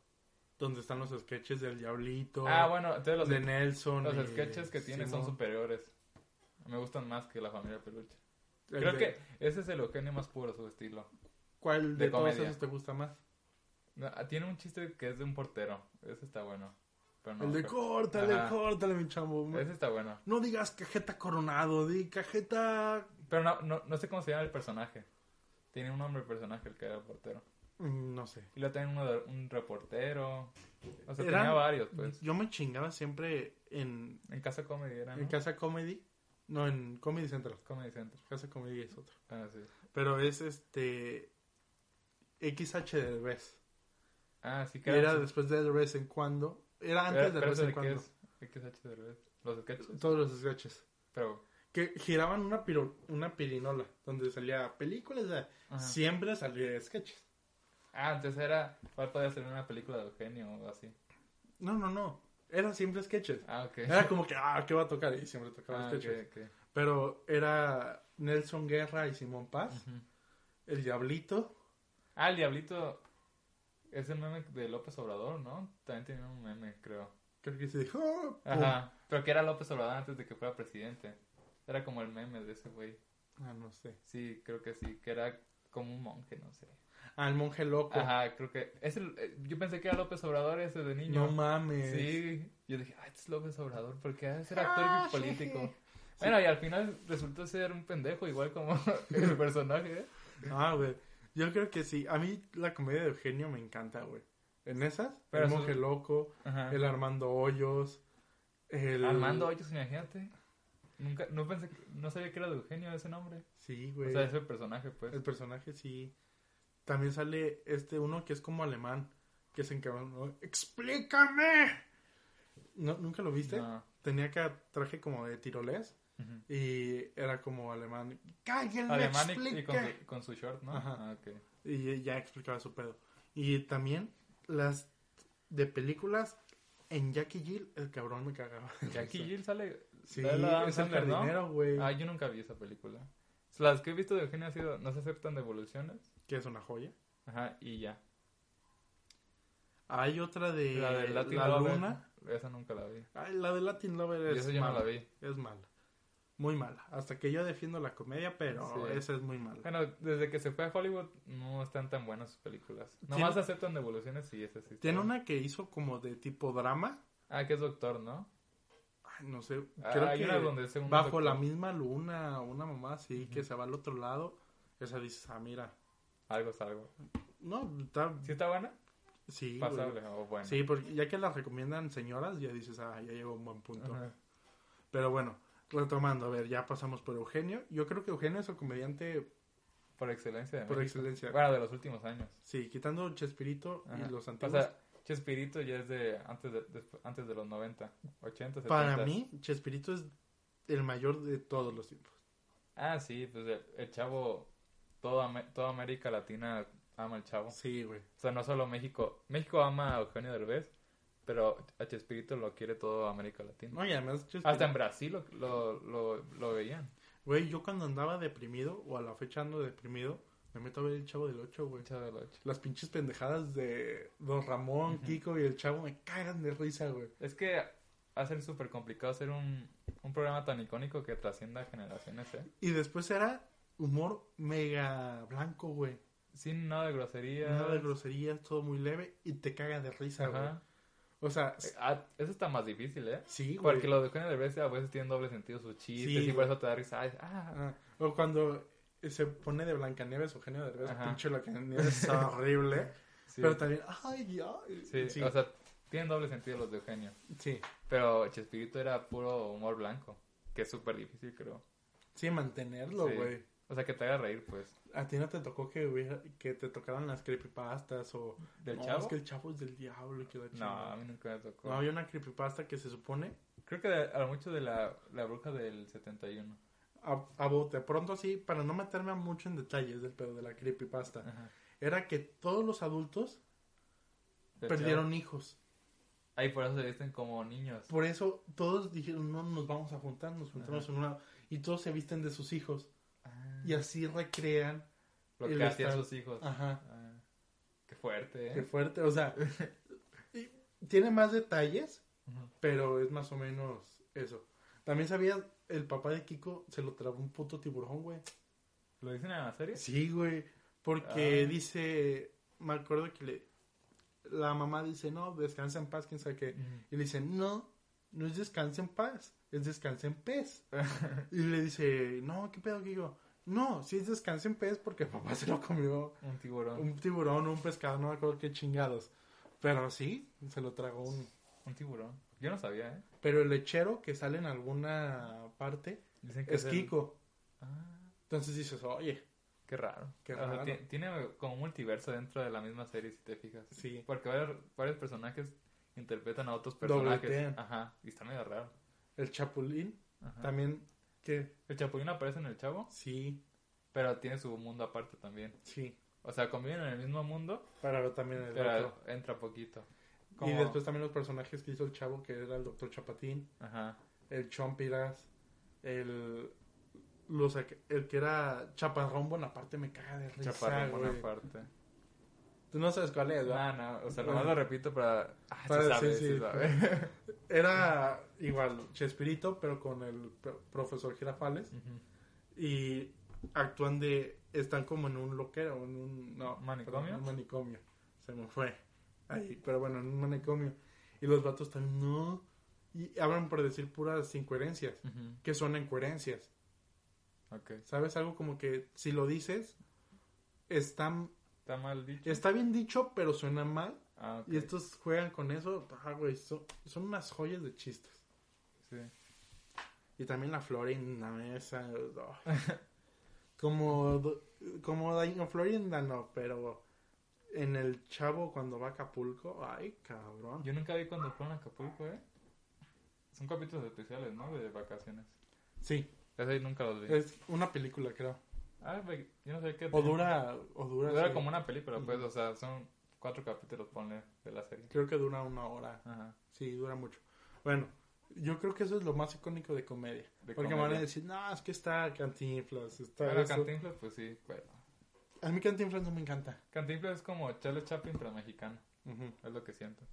[SPEAKER 3] Donde están los sketches del Diablito.
[SPEAKER 4] Ah, bueno, entonces los
[SPEAKER 3] de Nelson.
[SPEAKER 4] Los
[SPEAKER 3] y-
[SPEAKER 4] sketches que tiene son
[SPEAKER 3] Simón.
[SPEAKER 4] superiores. Me gustan más que la familia Peluche.
[SPEAKER 3] El
[SPEAKER 4] Creo
[SPEAKER 3] de-
[SPEAKER 4] que ese es el Eugenio más puro, su estilo.
[SPEAKER 3] ¿Cuál de,
[SPEAKER 4] de
[SPEAKER 3] todos
[SPEAKER 4] comedia.
[SPEAKER 3] esos te gusta más?
[SPEAKER 4] No, ah, tiene un chiste que es de un portero. Ese está bueno. Pero no,
[SPEAKER 3] el de
[SPEAKER 4] creo-
[SPEAKER 3] córtale,
[SPEAKER 4] Ajá.
[SPEAKER 3] córtale, mi chamo.
[SPEAKER 4] Ese está bueno.
[SPEAKER 3] No digas cajeta coronado, di cajeta.
[SPEAKER 4] Pero no, no, no sé cómo se llama el personaje. Tiene un nombre el personaje, el que era el portero.
[SPEAKER 3] Mm, No sé.
[SPEAKER 4] Y luego también uno de un reportero. O sea,
[SPEAKER 3] Eran-
[SPEAKER 4] tenía varios, pues.
[SPEAKER 3] Yo me chingaba siempre en,
[SPEAKER 4] En Casa Comedy era, ¿no?
[SPEAKER 3] en Casa Comedy. No, en Comedy Central.
[SPEAKER 4] Comedy Central.
[SPEAKER 3] Casa Comedy es otro.
[SPEAKER 4] Ah, sí.
[SPEAKER 3] Pero es este. XH de Derbez.
[SPEAKER 4] Ah, sí,
[SPEAKER 3] Que
[SPEAKER 4] que
[SPEAKER 3] era después de de vez en cuando. Era
[SPEAKER 4] Pero-
[SPEAKER 3] antes de de
[SPEAKER 4] pero
[SPEAKER 3] vez
[SPEAKER 4] ese
[SPEAKER 3] en
[SPEAKER 4] de qué
[SPEAKER 3] cuando.
[SPEAKER 4] es? ¿De qué es H. Derbez? Los sketches.
[SPEAKER 3] Todos los sketches.
[SPEAKER 4] Pero...
[SPEAKER 3] Que giraban una, piro- una pirinola. Donde salía películas. o sea,
[SPEAKER 4] ajá.
[SPEAKER 3] siempre salía sketches.
[SPEAKER 4] Ah, entonces era. ¿Cuál podía ser una película de Eugenio o así?
[SPEAKER 3] No, no, no. Era siempre sketches.
[SPEAKER 4] Ah, ok.
[SPEAKER 3] Era como que, ah, ¿qué va a tocar? Y siempre tocaba
[SPEAKER 4] Ah, ok,
[SPEAKER 3] sketches.
[SPEAKER 4] ok.
[SPEAKER 3] Pero era Nelson Guerra y Simón Paz.
[SPEAKER 4] Ujú.
[SPEAKER 3] El Diablito.
[SPEAKER 4] Ah, el Diablito. Es el meme de López Obrador, ¿no? También tenía un meme, creo.
[SPEAKER 3] Creo que se dijo. "Oh, pum".
[SPEAKER 4] Ajá. Pero que era López Obrador antes de que fuera presidente. Era como el meme de ese güey.
[SPEAKER 3] Ah, no sé.
[SPEAKER 4] Sí, creo que sí. Que era como un monje, no sé.
[SPEAKER 3] Ah, el monje loco.
[SPEAKER 4] Ajá, creo que. Es el- eh, yo pensé que era López Obrador ese de niño.
[SPEAKER 3] No mames.
[SPEAKER 4] Sí, yo dije, ah, este es López Obrador, porque ha de ser
[SPEAKER 3] Ah,
[SPEAKER 4] actor y
[SPEAKER 3] sí.
[SPEAKER 4] político. Bueno, y al final resultó ser un pendejo, igual como el personaje. ¿eh?
[SPEAKER 3] Ah, güey. Yo creo que sí. A mí la comedia de Eugenio me encanta, güey. En esas,
[SPEAKER 4] Pero
[SPEAKER 3] el
[SPEAKER 4] su-
[SPEAKER 3] monje loco,
[SPEAKER 4] Ajá.
[SPEAKER 3] el Armando Hoyos, el...
[SPEAKER 4] Armando Hoyos, imagínate. Nunca, no pensé, que- no sabía que era de Eugenio ese nombre.
[SPEAKER 3] Sí,
[SPEAKER 4] O
[SPEAKER 3] güey.
[SPEAKER 4] sea, ese personaje, pues.
[SPEAKER 3] El personaje sí. También sale este uno que es como alemán, que se encabronó. ¡Explícame! ¿No, ¿Nunca lo viste?
[SPEAKER 4] No.
[SPEAKER 3] Tenía acá traje como de tirolés
[SPEAKER 4] Ujú.
[SPEAKER 3] y era como alemán. ¡Cállate!
[SPEAKER 4] Alemán y, y con, su, con su short, ¿no?
[SPEAKER 3] Ajá.
[SPEAKER 4] Ah, ok.
[SPEAKER 3] Y ya explicaba su pedo. Y también las de películas en Jackie Jill, el cabrón me cagaba.
[SPEAKER 4] Jackie Jill sale.
[SPEAKER 3] Sí,
[SPEAKER 4] sale la
[SPEAKER 3] es
[SPEAKER 4] Adam
[SPEAKER 3] el
[SPEAKER 4] Sandler, ¿no?
[SPEAKER 3] jardinero, güey.
[SPEAKER 4] Ah, yo nunca vi esa película. Las que he visto de Eugenio ha sido No se aceptan devoluciones.
[SPEAKER 3] Que es una joya.
[SPEAKER 4] Ajá, y ya.
[SPEAKER 3] Hay otra de
[SPEAKER 4] La de Latin
[SPEAKER 3] Eh, La
[SPEAKER 4] Lover,
[SPEAKER 3] Luna.
[SPEAKER 4] Esa nunca la vi.
[SPEAKER 3] Ay, la de Latin Lover
[SPEAKER 4] Y
[SPEAKER 3] es
[SPEAKER 4] esa yo no
[SPEAKER 3] mala.
[SPEAKER 4] la vi.
[SPEAKER 3] Es mala. Muy mala. Hasta que yo defiendo la comedia, pero
[SPEAKER 4] Sí.
[SPEAKER 3] esa es muy mala.
[SPEAKER 4] Bueno, desde que se fue a Hollywood no están tan buenas sus películas. Nomás
[SPEAKER 3] Tiene-
[SPEAKER 4] aceptan devoluciones y esas sí.
[SPEAKER 3] Tiene
[SPEAKER 4] están-
[SPEAKER 3] una que hizo como de tipo drama.
[SPEAKER 4] Ah, que es doctor, ¿no?
[SPEAKER 3] Ay, no sé.
[SPEAKER 4] Ah,
[SPEAKER 3] Creo
[SPEAKER 4] hay
[SPEAKER 3] que
[SPEAKER 4] una donde es un
[SPEAKER 3] bajo
[SPEAKER 4] doctor.
[SPEAKER 3] la misma luna, una mamá así, que se va al otro lado. Esa dices, ah, mira.
[SPEAKER 4] Algo es algo.
[SPEAKER 3] No, está.
[SPEAKER 4] ¿Sí está buena?
[SPEAKER 3] Sí, güey.
[SPEAKER 4] Pasable. O bueno.
[SPEAKER 3] Sí, porque ya que las recomiendan señoras, ya dices, ah, ya llegó a un buen punto.
[SPEAKER 4] Ajá.
[SPEAKER 3] Pero bueno, retomando, a ver, ya pasamos por Eugenio. Yo creo que Eugenio es el comediante
[SPEAKER 4] Por excelencia. de
[SPEAKER 3] por
[SPEAKER 4] México.
[SPEAKER 3] excelencia.
[SPEAKER 4] Bueno, de los últimos años.
[SPEAKER 3] Sí, quitando Chespirito
[SPEAKER 4] Ajá.
[SPEAKER 3] y los
[SPEAKER 4] O
[SPEAKER 3] antiguos.
[SPEAKER 4] sea, Chespirito ya es de antes de, desp- antes de los 90, 80, 70.
[SPEAKER 3] para mí, Chespirito es el mayor de todos los tiempos.
[SPEAKER 4] Ah, sí, pues el, el chavo, toda, Am- toda América Latina ama al chavo.
[SPEAKER 3] Sí, güey.
[SPEAKER 4] O sea, no solo México. México ama a Eugenio Derbez, pero a Chespirito lo quiere toda América Latina.
[SPEAKER 3] No, y además Chespirito.
[SPEAKER 4] Hasta en Brasil lo, lo, lo, lo veían.
[SPEAKER 3] Güey, yo cuando andaba deprimido, o a la fecha ando deprimido, me meto a ver el Chavo del Ocho, güey.
[SPEAKER 4] El Chavo del Ocho.
[SPEAKER 3] Las pinches pendejadas de Don Ramón, Kiko y el Chavo me cagan de risa, güey.
[SPEAKER 4] Es que hace súper complicado hacer un, un programa tan icónico que trascienda generaciones, ¿eh?
[SPEAKER 3] Y después era humor mega blanco, güey.
[SPEAKER 4] Sin nada de grosería.
[SPEAKER 3] Nada de groserías, todo muy leve y te cagas de risa, güey.
[SPEAKER 4] Ajá.
[SPEAKER 3] O sea,
[SPEAKER 4] Eh, ah, eso está más difícil, ¿eh?
[SPEAKER 3] sí, güey.
[SPEAKER 4] Porque los de Eugenio Derbez a veces tienen doble sentido sus chistes
[SPEAKER 3] Sí,
[SPEAKER 4] y por
[SPEAKER 3] güey.
[SPEAKER 4] eso te da risa. Ay, ah,
[SPEAKER 3] Ah, o cuando se pone de Blancanieves o Genio Derbez,
[SPEAKER 4] Ajá.
[SPEAKER 3] pinche Blancanieves es horrible.
[SPEAKER 4] sí,
[SPEAKER 3] Pero también, ay, ay.
[SPEAKER 4] sí,
[SPEAKER 3] sí,
[SPEAKER 4] O sea, tienen doble sentido los de Eugenio.
[SPEAKER 3] sí.
[SPEAKER 4] Pero Chespirito era puro humor blanco, que es súper difícil, creo.
[SPEAKER 3] Sí, mantenerlo,
[SPEAKER 4] Sí.
[SPEAKER 3] güey.
[SPEAKER 4] O sea, que te haga reír, pues.
[SPEAKER 3] A ti no te tocó que, hubiera- que te tocaran las creepypastas o...
[SPEAKER 4] ¿Del
[SPEAKER 3] no,
[SPEAKER 4] chavo?
[SPEAKER 3] es que el chavo es del diablo y que la
[SPEAKER 4] No,
[SPEAKER 3] chingada.
[SPEAKER 4] a mí nunca me tocó.
[SPEAKER 3] No, había una creepypasta que se supone...
[SPEAKER 4] Creo que de- a lo mucho de la, la bruja del 71.
[SPEAKER 3] A, a bote pronto así, para no meterme mucho en detalles del pedo de la creepypasta.
[SPEAKER 4] Ajá.
[SPEAKER 3] Era que todos los adultos
[SPEAKER 4] Del
[SPEAKER 3] perdieron
[SPEAKER 4] chavo.
[SPEAKER 3] hijos.
[SPEAKER 4] Ay, por eso se visten como niños.
[SPEAKER 3] Por eso todos dijeron, no nos vamos a juntar, nos juntamos en una... Y todos se visten de sus hijos.
[SPEAKER 4] Ah,
[SPEAKER 3] Y así recrean.
[SPEAKER 4] lo
[SPEAKER 3] el
[SPEAKER 4] que hacían
[SPEAKER 3] estar-
[SPEAKER 4] sus hijos.
[SPEAKER 3] Ajá.
[SPEAKER 4] Ah, qué fuerte, ¿eh?
[SPEAKER 3] Qué fuerte. O sea, y tiene más detalles,
[SPEAKER 4] Ujú.
[SPEAKER 3] pero es más o menos eso. También sabías, el papá de Kiko se lo trabó un puto tiburón, güey.
[SPEAKER 4] ¿Lo dicen en la serie?
[SPEAKER 3] Sí, güey. Porque
[SPEAKER 4] Ah.
[SPEAKER 3] dice, me acuerdo que le, la mamá dice, no, descansa en paz, quién sabe qué.
[SPEAKER 4] Ujú.
[SPEAKER 3] Y le dice, no, no es descansa en paz, es descansa en pez. y le dice, no, ¿qué pedo, Kiko? No, sí es descansa en pez porque el papá se lo comió
[SPEAKER 4] Un tiburón.
[SPEAKER 3] un tiburón, un pescado, no me acuerdo qué chingados. Pero sí, se lo tragó un...
[SPEAKER 4] Un tiburón. Yo no sabía, ¿eh?
[SPEAKER 3] Pero el lechero que sale en alguna parte
[SPEAKER 4] Dicen que
[SPEAKER 3] es
[SPEAKER 4] el-
[SPEAKER 3] Kiko.
[SPEAKER 4] Ah,
[SPEAKER 3] Entonces dices, oye,
[SPEAKER 4] qué raro.
[SPEAKER 3] Qué
[SPEAKER 4] O sea,
[SPEAKER 3] raro.
[SPEAKER 4] ti- tiene como un multiverso dentro de la misma serie, si te fijas.
[SPEAKER 3] Sí.
[SPEAKER 4] Porque varios, varios personajes interpretan a otros personajes.
[SPEAKER 3] Dobletean.
[SPEAKER 4] Ajá. Y está medio raro.
[SPEAKER 3] el chapulín
[SPEAKER 4] Ajá.
[SPEAKER 3] también, que
[SPEAKER 4] El Chapulín aparece en el Chavo,
[SPEAKER 3] sí,
[SPEAKER 4] pero tiene su mundo aparte también.
[SPEAKER 3] sí,
[SPEAKER 4] O sea, conviven en el mismo mundo,
[SPEAKER 3] pero también el
[SPEAKER 4] pero
[SPEAKER 3] otro.
[SPEAKER 4] entra poquito.
[SPEAKER 3] Y
[SPEAKER 4] Como-
[SPEAKER 3] después también los personajes que hizo el chavo, que era el doctor Chapatín,
[SPEAKER 4] Ajá.
[SPEAKER 3] el Chompiras, el... Los, el que era Chaparrón Bonaparte me caga de risa,
[SPEAKER 4] Chaparrón
[SPEAKER 3] güey.
[SPEAKER 4] Bonaparte.
[SPEAKER 3] Tú no sabes cuál es, ¿verdad?
[SPEAKER 4] No, no. O sea, nomás lo repito para... Ah, sí
[SPEAKER 3] Para- sí,
[SPEAKER 4] sabe, sí,
[SPEAKER 3] sí.
[SPEAKER 4] sabe.
[SPEAKER 3] Era igual Chespirito, pero con el pro- profesor Girafales.
[SPEAKER 4] Ujú.
[SPEAKER 3] Y actúan de. Están como en un loquero, en un. No,
[SPEAKER 4] ¿Manicomio?
[SPEAKER 3] perdón, en un manicomio. Se me fue. Ahí, pero bueno, en un manicomio. Y los vatos también, no. Y hablan por decir puras incoherencias.
[SPEAKER 4] Ujú.
[SPEAKER 3] Que son incoherencias.
[SPEAKER 4] Ok.
[SPEAKER 3] ¿Sabes? Algo como que si lo dices, está,
[SPEAKER 4] Está mal dicho.
[SPEAKER 3] está bien dicho, pero suena mal.
[SPEAKER 4] Ah, ok.
[SPEAKER 3] Y estos juegan con eso. Ah, güey, son, son unas joyas de chistes.
[SPEAKER 4] Sí.
[SPEAKER 3] Y también la flor en la mesa. oh. Como, como en Florida no, pero en el Chavo cuando va a Acapulco, ay, cabrón.
[SPEAKER 4] Yo nunca vi cuando fueron a Acapulco, ¿eh? Son capítulos especiales, ¿no? De vacaciones.
[SPEAKER 3] Sí,
[SPEAKER 4] Ese nunca los vi.
[SPEAKER 3] es una película, creo.
[SPEAKER 4] Ah, güey, yo no sé qué.
[SPEAKER 3] Eh, O dura, o dura.
[SPEAKER 4] Dura
[SPEAKER 3] sí.
[SPEAKER 4] como una película, pues, o sea, son cuatro capítulos, ponle, de la serie.
[SPEAKER 3] Creo que dura una hora.
[SPEAKER 4] Ajá.
[SPEAKER 3] Sí, dura mucho. Bueno, yo creo que eso es lo más icónico de comedia.
[SPEAKER 4] De
[SPEAKER 3] porque me van a
[SPEAKER 4] comedia.
[SPEAKER 3] decir, no, es que está Cantinflas, está
[SPEAKER 4] Pero
[SPEAKER 3] eso".
[SPEAKER 4] Cantinflas, pues sí, bueno.
[SPEAKER 3] A mí Cantinflas no me encanta.
[SPEAKER 4] Cantinflas es como Charles Chaplin, pero mexicano.
[SPEAKER 3] Ujú.
[SPEAKER 4] Es lo que siento.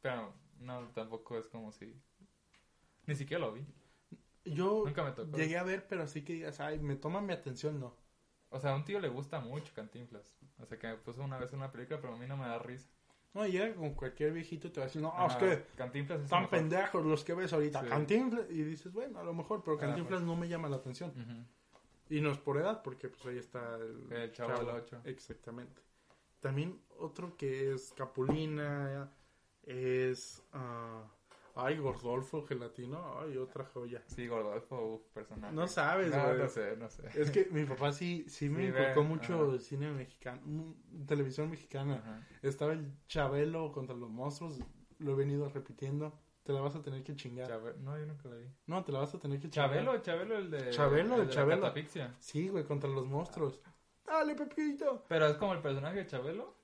[SPEAKER 4] Pero no, tampoco es como si... Ni siquiera lo vi.
[SPEAKER 3] Yo
[SPEAKER 4] Nunca me tocó.
[SPEAKER 3] llegué a ver, pero así que digas, ay, me toma mi atención, no.
[SPEAKER 4] O sea, a un tío le gusta mucho Cantinflas. O sea, que me puso una vez una película, pero a mí no me da risa.
[SPEAKER 3] No, llega con cualquier viejito y te va a decir, no, Ah, es
[SPEAKER 4] Ajá,
[SPEAKER 3] que
[SPEAKER 4] Cantinflas es
[SPEAKER 3] están
[SPEAKER 4] el mejor.
[SPEAKER 3] pendejos los que ves ahorita.
[SPEAKER 4] Sí.
[SPEAKER 3] Cantinflas. Y dices, bueno, a lo mejor, pero
[SPEAKER 4] A lo
[SPEAKER 3] Cantinflas no me llama la atención.
[SPEAKER 4] Ujú.
[SPEAKER 3] Y no es por edad, porque pues ahí está el,
[SPEAKER 4] El Chavo del Ocho.
[SPEAKER 3] Exactamente. También otro que es Capulina, es... ah, ay, Gordolfo Gelatino, ay, otra joya.
[SPEAKER 4] Sí, Gordolfo, uf, personaje.
[SPEAKER 3] No sabes,
[SPEAKER 4] No,
[SPEAKER 3] güey.
[SPEAKER 4] no sé, no sé.
[SPEAKER 3] Es que mi papá sí, sí me
[SPEAKER 4] Sí,
[SPEAKER 3] inculcó
[SPEAKER 4] ve,
[SPEAKER 3] mucho
[SPEAKER 4] ajá.
[SPEAKER 3] cine mexicano, mm, televisión mexicana.
[SPEAKER 4] Ajá.
[SPEAKER 3] Estaba el Chabelo contra los monstruos, lo he venido repitiendo. Te la vas a tener que chingar.
[SPEAKER 4] Chabe- No, yo nunca lo vi.
[SPEAKER 3] No, te la vas a tener que chingar.
[SPEAKER 4] Chabelo, Chabelo el de...
[SPEAKER 3] Chabelo,
[SPEAKER 4] el de
[SPEAKER 3] Chabelo.
[SPEAKER 4] La catafixia.
[SPEAKER 3] Sí, güey, contra los monstruos.
[SPEAKER 4] Ah,
[SPEAKER 3] Dale, Pepito.
[SPEAKER 4] Pero es como el personaje de Chabelo.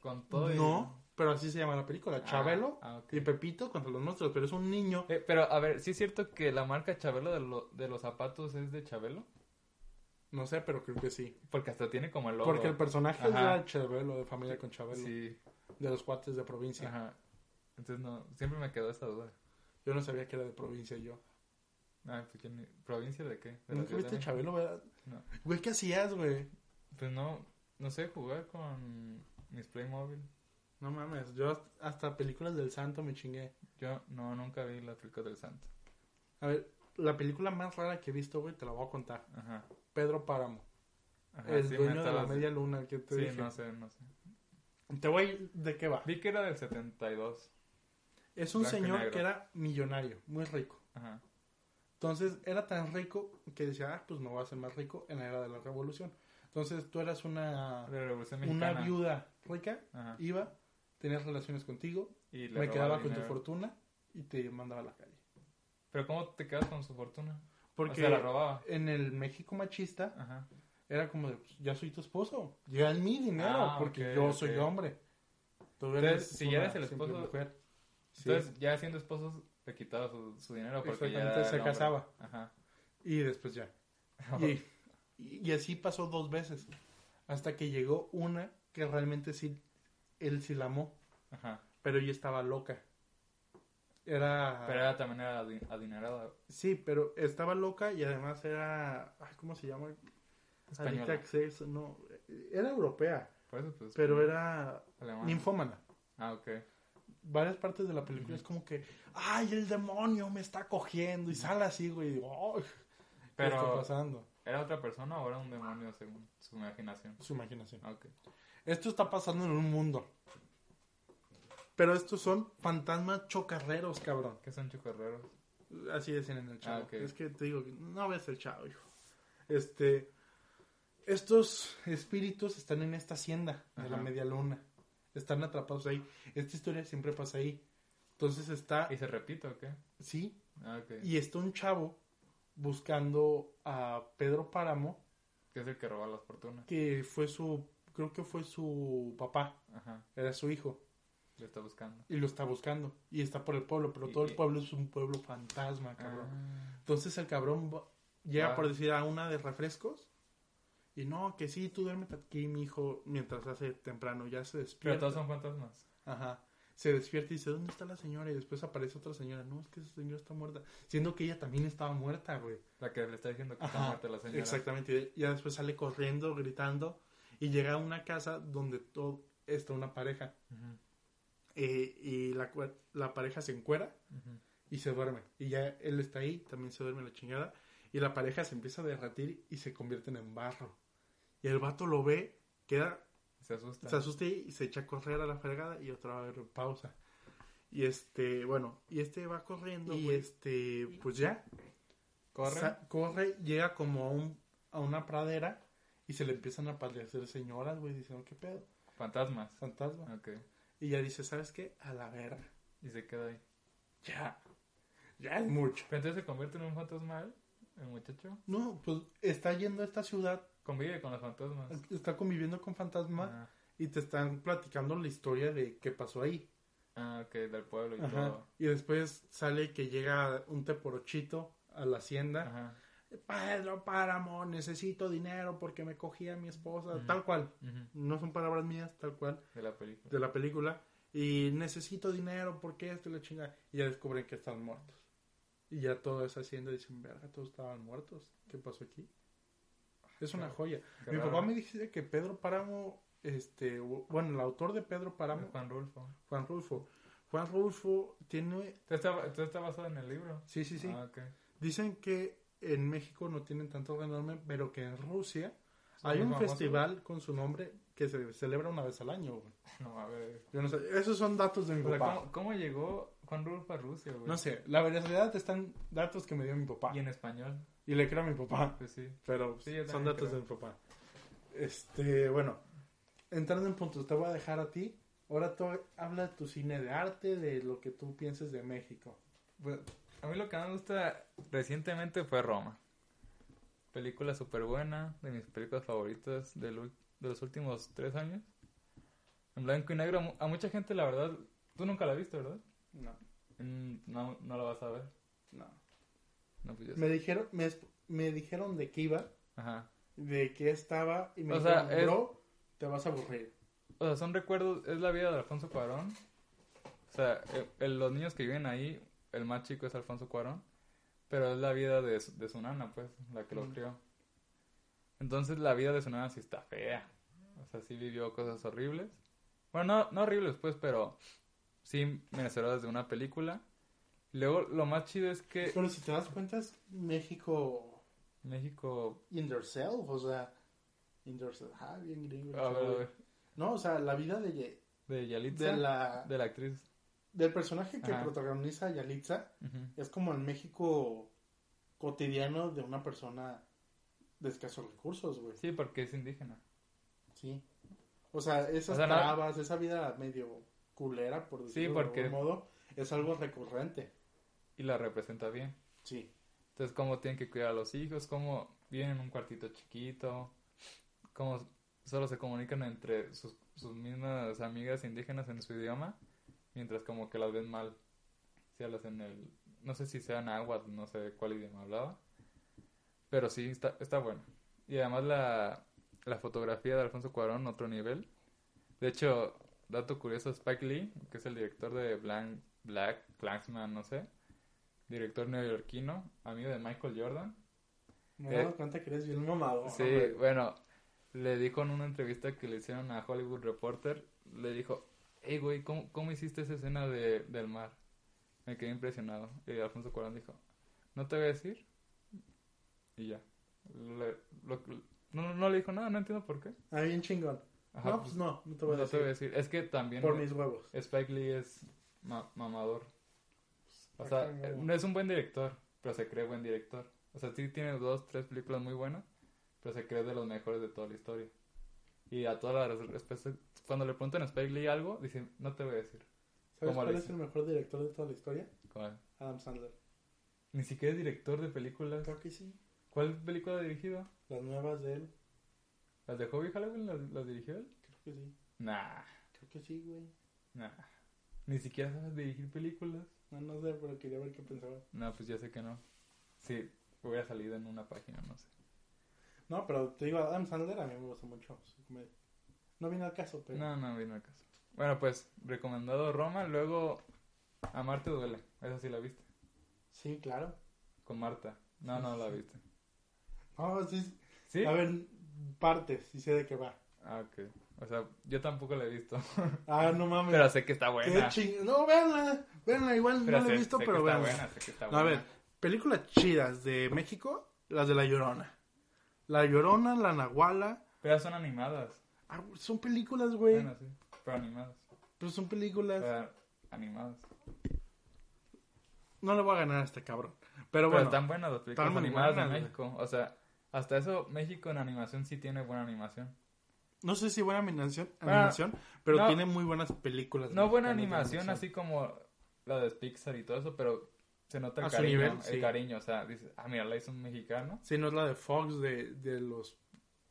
[SPEAKER 4] Con todo y-
[SPEAKER 3] No, pero así se llama la película. Chabelo
[SPEAKER 4] Pues- ah, ok.
[SPEAKER 3] y Pepito contra los monstruos, pero es un niño.
[SPEAKER 4] Eh, pero, a ver, ¿sí es cierto que la marca Chabelo de, lo- de los zapatos es de Chabelo?
[SPEAKER 3] No sé, pero creo que sí.
[SPEAKER 4] Porque hasta tiene como el logo.
[SPEAKER 3] Porque el personaje
[SPEAKER 4] Ajá.
[SPEAKER 3] era Chabelo, de familia con Chabelo,
[SPEAKER 4] Sí,
[SPEAKER 3] de los cuates de provincia.
[SPEAKER 4] ajá. Entonces, no, siempre me quedó esta duda.
[SPEAKER 3] Yo no sabía que era de provincia yo.
[SPEAKER 4] Ay, pues yo ni- ¿Provincia de qué? ¿De la
[SPEAKER 3] ¿Nunca
[SPEAKER 4] Ciudad de
[SPEAKER 3] viste
[SPEAKER 4] México?
[SPEAKER 3] Chabelo, verdad?
[SPEAKER 4] No.
[SPEAKER 3] Güey, ¿qué hacías, güey?
[SPEAKER 4] Pues no, no sé jugar con mis Playmobil.
[SPEAKER 3] No mames, yo hasta- hasta películas del santo me chingué.
[SPEAKER 4] Yo no, nunca vi la película del santo.
[SPEAKER 3] A ver, la película más rara que he visto, güey, te la voy a contar.
[SPEAKER 4] Ajá.
[SPEAKER 3] Pedro Páramo,
[SPEAKER 4] ajá
[SPEAKER 3] el
[SPEAKER 4] sí, me
[SPEAKER 3] dueño de la
[SPEAKER 4] estabas-
[SPEAKER 3] media luna que te
[SPEAKER 4] Sí,
[SPEAKER 3] dije.
[SPEAKER 4] no sé, no sé.
[SPEAKER 3] Te voy, ¿de qué va?
[SPEAKER 4] Vi que era del 72.
[SPEAKER 3] Es un
[SPEAKER 4] Blanco y
[SPEAKER 3] señor
[SPEAKER 4] negro.
[SPEAKER 3] que era millonario, muy rico.
[SPEAKER 4] Ajá.
[SPEAKER 3] Entonces era tan rico que decía, ah, pues me voy a hacer más rico en la era de la revolución. Entonces tú eras una,
[SPEAKER 4] La Revolución
[SPEAKER 3] una
[SPEAKER 4] Mexicana.
[SPEAKER 3] viuda rica,
[SPEAKER 4] Ajá.
[SPEAKER 3] iba, tenías relaciones contigo,
[SPEAKER 4] Y le
[SPEAKER 3] me
[SPEAKER 4] robaba
[SPEAKER 3] quedaba
[SPEAKER 4] el
[SPEAKER 3] con tu
[SPEAKER 4] dinero.
[SPEAKER 3] fortuna y te mandaba a la calle.
[SPEAKER 4] Pero ¿cómo te quedas con su fortuna?
[SPEAKER 3] Porque
[SPEAKER 4] O sea, la robaba.
[SPEAKER 3] en el México machista
[SPEAKER 4] Ajá.
[SPEAKER 3] era como de, pues, ya soy tu esposo, ya es mi dinero,
[SPEAKER 4] Ah,
[SPEAKER 3] porque
[SPEAKER 4] ok,
[SPEAKER 3] yo
[SPEAKER 4] ok.
[SPEAKER 3] soy hombre. Tú
[SPEAKER 4] Entonces,
[SPEAKER 3] eres
[SPEAKER 4] si
[SPEAKER 3] una
[SPEAKER 4] ya eres el
[SPEAKER 3] simple
[SPEAKER 4] esposo-
[SPEAKER 3] mujer. Sí.
[SPEAKER 4] Entonces, ya siendo esposos, le quitaba su, su dinero porque ya
[SPEAKER 3] Exactamente,
[SPEAKER 4] era
[SPEAKER 3] se
[SPEAKER 4] el hombre.
[SPEAKER 3] casaba.
[SPEAKER 4] Ajá.
[SPEAKER 3] Y después ya. Y, y así pasó dos veces. Hasta que llegó una que realmente sí, él sí la amó,
[SPEAKER 4] Ajá.
[SPEAKER 3] pero ella estaba loca. Era...
[SPEAKER 4] Pero era también era adi- adinerada
[SPEAKER 3] Sí, pero estaba loca y además era... ay, ¿Cómo se llama?
[SPEAKER 4] española.
[SPEAKER 3] Adicta a sexo, no. Era europea,
[SPEAKER 4] Por eso, pues.
[SPEAKER 3] pero era
[SPEAKER 4] alemana.
[SPEAKER 3] ninfómana.
[SPEAKER 4] Ah, ok.
[SPEAKER 3] Varias partes de la película es como que, ay, el demonio me está cogiendo y sale así, güey. y digo, "Ay, ¿Qué está
[SPEAKER 4] Pero,
[SPEAKER 3] pasando?
[SPEAKER 4] ¿era otra persona o era un demonio según su imaginación?
[SPEAKER 3] Su imaginación.
[SPEAKER 4] Ah, Ok.
[SPEAKER 3] Esto está pasando en un mundo. Pero estos son fantasmas chocarreros, cabrón.
[SPEAKER 4] ¿Qué son chocarreros?
[SPEAKER 3] Así decían en el chavo.
[SPEAKER 4] Ah, ok.
[SPEAKER 3] Es que te digo, no ves el chavo, hijo. Este. Estos espíritus están en esta hacienda de la
[SPEAKER 4] Ajá.
[SPEAKER 3] media luna. Están atrapados ahí. Esta historia siempre pasa ahí. Entonces está.
[SPEAKER 4] ¿Y se repite o qué?
[SPEAKER 3] Sí.
[SPEAKER 4] Ah, ok.
[SPEAKER 3] Y está un chavo buscando a Pedro Páramo,
[SPEAKER 4] Que es el que roba las fortunas.
[SPEAKER 3] que fue su. Creo que fue su papá.
[SPEAKER 4] Ajá.
[SPEAKER 3] Era su hijo.
[SPEAKER 4] Lo está buscando.
[SPEAKER 3] Y lo está buscando. Y está por el pueblo, pero
[SPEAKER 4] Y-
[SPEAKER 3] todo
[SPEAKER 4] y-
[SPEAKER 3] el pueblo es un pueblo fantasma, cabrón.
[SPEAKER 4] Ah.
[SPEAKER 3] Entonces el cabrón va- llega
[SPEAKER 4] Ah.
[SPEAKER 3] por decir a una de refrescos. Y no, que sí, tú duérmete aquí, mi hijo, mientras hace temprano, ya se
[SPEAKER 4] Pero
[SPEAKER 3] despierta.
[SPEAKER 4] todos son fantasmas.
[SPEAKER 3] Ajá. Se despierta y dice, ¿dónde está la señora? Y después aparece otra señora. No, es que esa señora está muerta. Siendo que ella también estaba muerta, güey.
[SPEAKER 4] La que le está diciendo que
[SPEAKER 3] Ajá,
[SPEAKER 4] está muerta la señora.
[SPEAKER 3] Exactamente. Ya después sale corriendo, gritando. Y llega a una casa donde todo está una pareja.
[SPEAKER 4] Ujú,
[SPEAKER 3] Eh, y la, cua- la pareja se encuera.
[SPEAKER 4] ujú.
[SPEAKER 3] y se duerme. Y ya él está ahí, también se duerme la chingada. Y la pareja se empieza a derretir y se convierten en barro. Y el vato lo ve, queda,
[SPEAKER 4] Se asusta.
[SPEAKER 3] se asusta y se echa a correr a la fregada y otra vez pausa. Y este, bueno, y este va corriendo y
[SPEAKER 4] güey.
[SPEAKER 3] este, pues ya,
[SPEAKER 4] Corre.
[SPEAKER 3] sa- corre, llega como a un a una pradera y se le empiezan a aparecer señoras, güey, diciendo, ¿qué pedo?
[SPEAKER 4] Fantasmas.
[SPEAKER 3] Fantasma.
[SPEAKER 4] Ok.
[SPEAKER 3] Y ya dice, ¿sabes qué? A la verga.
[SPEAKER 4] Y se queda ahí.
[SPEAKER 3] Ya. Ya es mucho.
[SPEAKER 4] Pero entonces se convierte en un fantasma el muchacho.
[SPEAKER 3] No, pues está yendo a esta ciudad,
[SPEAKER 4] Convive con los fantasmas.
[SPEAKER 3] está conviviendo con fantasmas
[SPEAKER 4] Ah,
[SPEAKER 3] y te están platicando la historia de qué pasó ahí.
[SPEAKER 4] ah, ok, del pueblo y
[SPEAKER 3] Ajá.
[SPEAKER 4] todo.
[SPEAKER 3] Y después sale que llega un teporochito a la hacienda.
[SPEAKER 4] Ajá.
[SPEAKER 3] Pedro Páramo, necesito dinero porque me cogí a mi esposa.
[SPEAKER 4] Ujú.
[SPEAKER 3] Tal cual.
[SPEAKER 4] ujú,
[SPEAKER 3] No son palabras mías, tal cual.
[SPEAKER 4] De la película.
[SPEAKER 3] De la película. Y necesito dinero porque esto y la chingada. Y ya descubren que están muertos. Y ya toda esa hacienda dicen, verga, todos estaban muertos. ¿Qué pasó aquí? Es una joya.
[SPEAKER 4] Qué
[SPEAKER 3] Mi
[SPEAKER 4] raro.
[SPEAKER 3] papá me dice que Pedro Páramo, este, u- bueno, el autor de Pedro Páramo,
[SPEAKER 4] Juan Rulfo.
[SPEAKER 3] Juan Rulfo. Juan Rulfo tiene,
[SPEAKER 4] Esto está, esto está basado en el libro.
[SPEAKER 3] sí, sí, sí.
[SPEAKER 4] Ah, ok.
[SPEAKER 3] Dicen que en México no tienen tanto renombre, pero que en Rusia
[SPEAKER 4] Son
[SPEAKER 3] hay
[SPEAKER 4] muy
[SPEAKER 3] un
[SPEAKER 4] famosos.
[SPEAKER 3] festival con su nombre que se celebra una vez al año. güey.
[SPEAKER 4] No, a ver.
[SPEAKER 3] Yo no sé, esos son datos de mi
[SPEAKER 4] O sea,
[SPEAKER 3] papá.
[SPEAKER 4] ¿cómo, cómo llegó Juan Rulfo a Rusia, güey?
[SPEAKER 3] No sé, la veracidad están datos que me dio mi papá.
[SPEAKER 4] Y en español.
[SPEAKER 3] Y le creo a mi papá,
[SPEAKER 4] Pues sí.
[SPEAKER 3] pero
[SPEAKER 4] Sí, yo
[SPEAKER 3] son
[SPEAKER 4] también
[SPEAKER 3] datos
[SPEAKER 4] creo.
[SPEAKER 3] de mi papá. Este, bueno, entrando en puntos, te voy a dejar a ti. Ahora tú habla de tu cine de arte, de lo que tú pienses de México.
[SPEAKER 4] Pues, a mí lo que más me gusta recientemente fue Roma. Película súper buena, de mis películas favoritas del ul- de los últimos tres años. En blanco y negro, a mu- a mucha gente la verdad, tú nunca la viste, ¿verdad?
[SPEAKER 3] No,
[SPEAKER 4] Mm, No, no la vas a ver.
[SPEAKER 3] no.
[SPEAKER 4] No, pues yo
[SPEAKER 3] Me
[SPEAKER 4] sé.
[SPEAKER 3] dijeron, me, me dijeron de qué iba,
[SPEAKER 4] Ajá.
[SPEAKER 3] de qué estaba y me
[SPEAKER 4] O sea,
[SPEAKER 3] dijeron,
[SPEAKER 4] es-
[SPEAKER 3] bro, te vas a aburrir.
[SPEAKER 4] O sea, son recuerdos, es la vida de Alfonso Cuarón. O sea, el- el- los niños que viven ahí, el más chico es Alfonso Cuarón, pero es la vida de, su- de su nana, pues, la que lo
[SPEAKER 3] Mm.
[SPEAKER 4] crió. Entonces la vida de su nana sí está fea. O sea, sí vivió cosas horribles. Bueno, no, no horribles, pues, pero sí merecedoras de una película. Luego, lo más chido es que
[SPEAKER 3] Pero si te das cuenta, es México
[SPEAKER 4] México...
[SPEAKER 3] in their self, o sea, in their self. Ah, bien gringo.
[SPEAKER 4] A ver, a ver,
[SPEAKER 3] No, o sea, la vida de,
[SPEAKER 4] de Yalitza,
[SPEAKER 3] de la,
[SPEAKER 4] de la actriz.
[SPEAKER 3] del personaje que
[SPEAKER 4] Ajá.
[SPEAKER 3] protagoniza Yalitza
[SPEAKER 4] Ujú.
[SPEAKER 3] es como el México cotidiano de una persona de escasos recursos, güey.
[SPEAKER 4] Sí, porque es indígena.
[SPEAKER 3] Sí. O sea, esas
[SPEAKER 4] O sea, no-
[SPEAKER 3] trabas, esa vida medio culera, por decirlo
[SPEAKER 4] porque-
[SPEAKER 3] de algún modo, es algo recurrente.
[SPEAKER 4] Y la representa bien.
[SPEAKER 3] Sí.
[SPEAKER 4] Entonces, cómo tienen que cuidar a los hijos, cómo viven en un cuartito chiquito, cómo solo se comunican entre sus, sus mismas amigas indígenas en su idioma, mientras como que las ven mal. Si hablas en el... No sé si sea náhuatl, no sé cuál idioma hablaba. Pero sí, está, está bueno. Y además la, la fotografía de Alfonso Cuarón, otro nivel. De hecho, dato curioso, Spike Lee, que es el director de Blank, Black, Clansman, no sé director neoyorquino, amigo de Michael Jordan.
[SPEAKER 3] Me he
[SPEAKER 4] Eh,
[SPEAKER 3] dado cuenta que eres bien mamado.
[SPEAKER 4] sí, bueno, le dijo en una entrevista que le hicieron a Hollywood Reporter, le dijo, hey güey, ¿cómo, cómo hiciste esa escena de, del mar? Me quedé impresionado. Y Alfonso Cuarón dijo, no te voy a decir. Y ya. Le- lo- no, no le dijo nada, no entiendo por qué.
[SPEAKER 3] Ah, bien chingón.
[SPEAKER 4] Ajá,
[SPEAKER 3] no, pues
[SPEAKER 4] pues,
[SPEAKER 3] no, no te voy a
[SPEAKER 4] no
[SPEAKER 3] decir.
[SPEAKER 4] Es que también
[SPEAKER 3] Por mis huevos.
[SPEAKER 4] Spike Lee es ma- mamador. O
[SPEAKER 3] Está
[SPEAKER 4] sea,
[SPEAKER 3] cagado.
[SPEAKER 4] no es un buen director, pero se cree buen director. O sea, sí tiene dos, tres películas muy buenas, pero se cree de los mejores de toda la historia. Y a todas las respuestas, cuando le preguntan a Spike Lee algo, dicen, no te voy a decir.
[SPEAKER 3] ¿Sabes
[SPEAKER 4] ¿Cómo
[SPEAKER 3] cuál
[SPEAKER 4] le
[SPEAKER 3] es
[SPEAKER 4] hice?
[SPEAKER 3] el mejor director de toda la historia?
[SPEAKER 4] ¿Cuál?
[SPEAKER 3] Adam Sandler.
[SPEAKER 4] Ni siquiera es director de películas.
[SPEAKER 3] Creo que sí.
[SPEAKER 4] ¿Cuál película ha dirigido?
[SPEAKER 3] Las nuevas de él.
[SPEAKER 4] ¿Las de Hobby Halloween las, las dirigió él?
[SPEAKER 3] Creo que sí.
[SPEAKER 4] Nah,
[SPEAKER 3] Creo que sí, güey.
[SPEAKER 4] nah. Ni siquiera sabes dirigir películas.
[SPEAKER 3] No, no sé, pero quería ver qué pensaba.
[SPEAKER 4] No, pues ya sé que no. Sí, hubiera salido en una página, no sé.
[SPEAKER 3] No, pero te digo, Adam Sandler a mí me gusta mucho su comedia. No vino al caso, pero...
[SPEAKER 4] No, no vino al caso. Bueno, pues, recomendado Roma, luego Amarte duele. Esa sí la viste.
[SPEAKER 3] Sí, claro.
[SPEAKER 4] Con Marta. No, no la viste.
[SPEAKER 3] No, sí,
[SPEAKER 4] ¿Sí?
[SPEAKER 3] A ver, partes, sí sé de qué va.
[SPEAKER 4] Ah, ok. O sea, yo tampoco la he visto.
[SPEAKER 3] Ah, no mames.
[SPEAKER 4] Pero sé que está
[SPEAKER 3] Qué
[SPEAKER 4] buena.
[SPEAKER 3] ching- No, véanla. Véanla, igual
[SPEAKER 4] Pero
[SPEAKER 3] no la
[SPEAKER 4] sé,
[SPEAKER 3] he visto,
[SPEAKER 4] sé
[SPEAKER 3] pero
[SPEAKER 4] que está
[SPEAKER 3] véanla.
[SPEAKER 4] buena, sé que está
[SPEAKER 3] No, a
[SPEAKER 4] buena.
[SPEAKER 3] ver, películas chidas de México, las de La Llorona. La Llorona, La Nahuala.
[SPEAKER 4] Pero son animadas.
[SPEAKER 3] Ah, son películas, güey.
[SPEAKER 4] Bueno, sí. Pero animadas.
[SPEAKER 3] Pero son películas.
[SPEAKER 4] Pero animadas. Pero,
[SPEAKER 3] No le voy a ganar a este cabrón. Pero bueno,
[SPEAKER 4] están buenas las películas
[SPEAKER 3] muy
[SPEAKER 4] animadas de
[SPEAKER 3] buenas,
[SPEAKER 4] México. O sea, Hasta eso, México en animación sí tiene buena animación.
[SPEAKER 3] No sé si buena animación,
[SPEAKER 4] Ah,
[SPEAKER 3] animación pero
[SPEAKER 4] no.
[SPEAKER 3] tiene muy buenas películas.
[SPEAKER 4] No buena
[SPEAKER 3] mexicanas de
[SPEAKER 4] animación así como la de Pixar y todo eso, pero se nota el
[SPEAKER 3] A su
[SPEAKER 4] cariño,
[SPEAKER 3] nivel,
[SPEAKER 4] el
[SPEAKER 3] sí.
[SPEAKER 4] cariño, o sea, dices, ah, mira, la hizo un mexicano.
[SPEAKER 3] Sí, no es la de Fox, de, de los,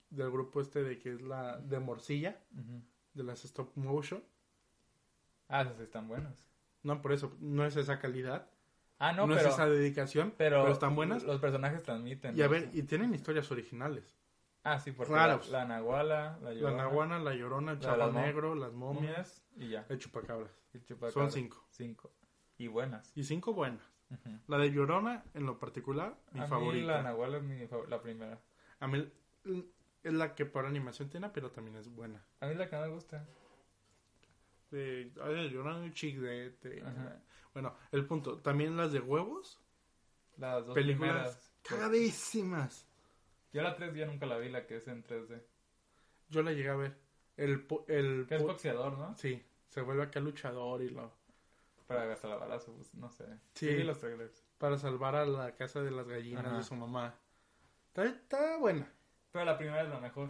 [SPEAKER 3] del grupo este de que es la de Morcilla,
[SPEAKER 4] Ujú.
[SPEAKER 3] de las stop motion.
[SPEAKER 4] Ah, esas sí están buenas.
[SPEAKER 3] No, por eso, no es esa calidad,
[SPEAKER 4] Ah, no,
[SPEAKER 3] no,
[SPEAKER 4] pero,
[SPEAKER 3] es esa dedicación,
[SPEAKER 4] pero,
[SPEAKER 3] pero, están buenas.
[SPEAKER 4] Los personajes transmiten.
[SPEAKER 3] Y a
[SPEAKER 4] ¿no?
[SPEAKER 3] ver, y tienen historias originales.
[SPEAKER 4] ah, sí, porque
[SPEAKER 3] raros.
[SPEAKER 4] la, la Nahuala, la
[SPEAKER 3] La
[SPEAKER 4] Llorona,
[SPEAKER 3] Nahuana, la Llorona, el
[SPEAKER 4] La de las
[SPEAKER 3] Chavo
[SPEAKER 4] mo-
[SPEAKER 3] Negro, las momias,
[SPEAKER 4] momias y ya.
[SPEAKER 3] el Chupacabras.
[SPEAKER 4] El chupacabras.
[SPEAKER 3] Son cinco.
[SPEAKER 4] Cinco. Y buenas.
[SPEAKER 3] Y cinco buenas.
[SPEAKER 4] Ujú.
[SPEAKER 3] La de Llorona, en lo particular, mi
[SPEAKER 4] a mí
[SPEAKER 3] favorita.
[SPEAKER 4] la Nahuala es mi fav- la primera.
[SPEAKER 3] A mí l- es la que por animación tiene, pero también es buena.
[SPEAKER 4] A mí la que más me gusta.
[SPEAKER 3] De, ay, de Llorona, chic de... de-
[SPEAKER 4] Ajá.
[SPEAKER 3] Bueno, el punto. También las de huevos,
[SPEAKER 4] Las dos
[SPEAKER 3] películas
[SPEAKER 4] primeras. pues.
[SPEAKER 3] carísimas.
[SPEAKER 4] Yo la 3 yo nunca la vi, la que es en 3D.
[SPEAKER 3] Yo la llegué a ver. El... po- el
[SPEAKER 4] Que es
[SPEAKER 3] po-
[SPEAKER 4] boxeador, ¿no?
[SPEAKER 3] sí, se vuelve acá luchador y lo...
[SPEAKER 4] Para gastar la balazo, pues, no sé.
[SPEAKER 3] Sí.
[SPEAKER 4] Sí. vi los trailers.
[SPEAKER 3] Para salvar a la casa de las gallinas
[SPEAKER 4] Ajá.
[SPEAKER 3] de su mamá. Está, está buena.
[SPEAKER 4] Pero la primera es la mejor.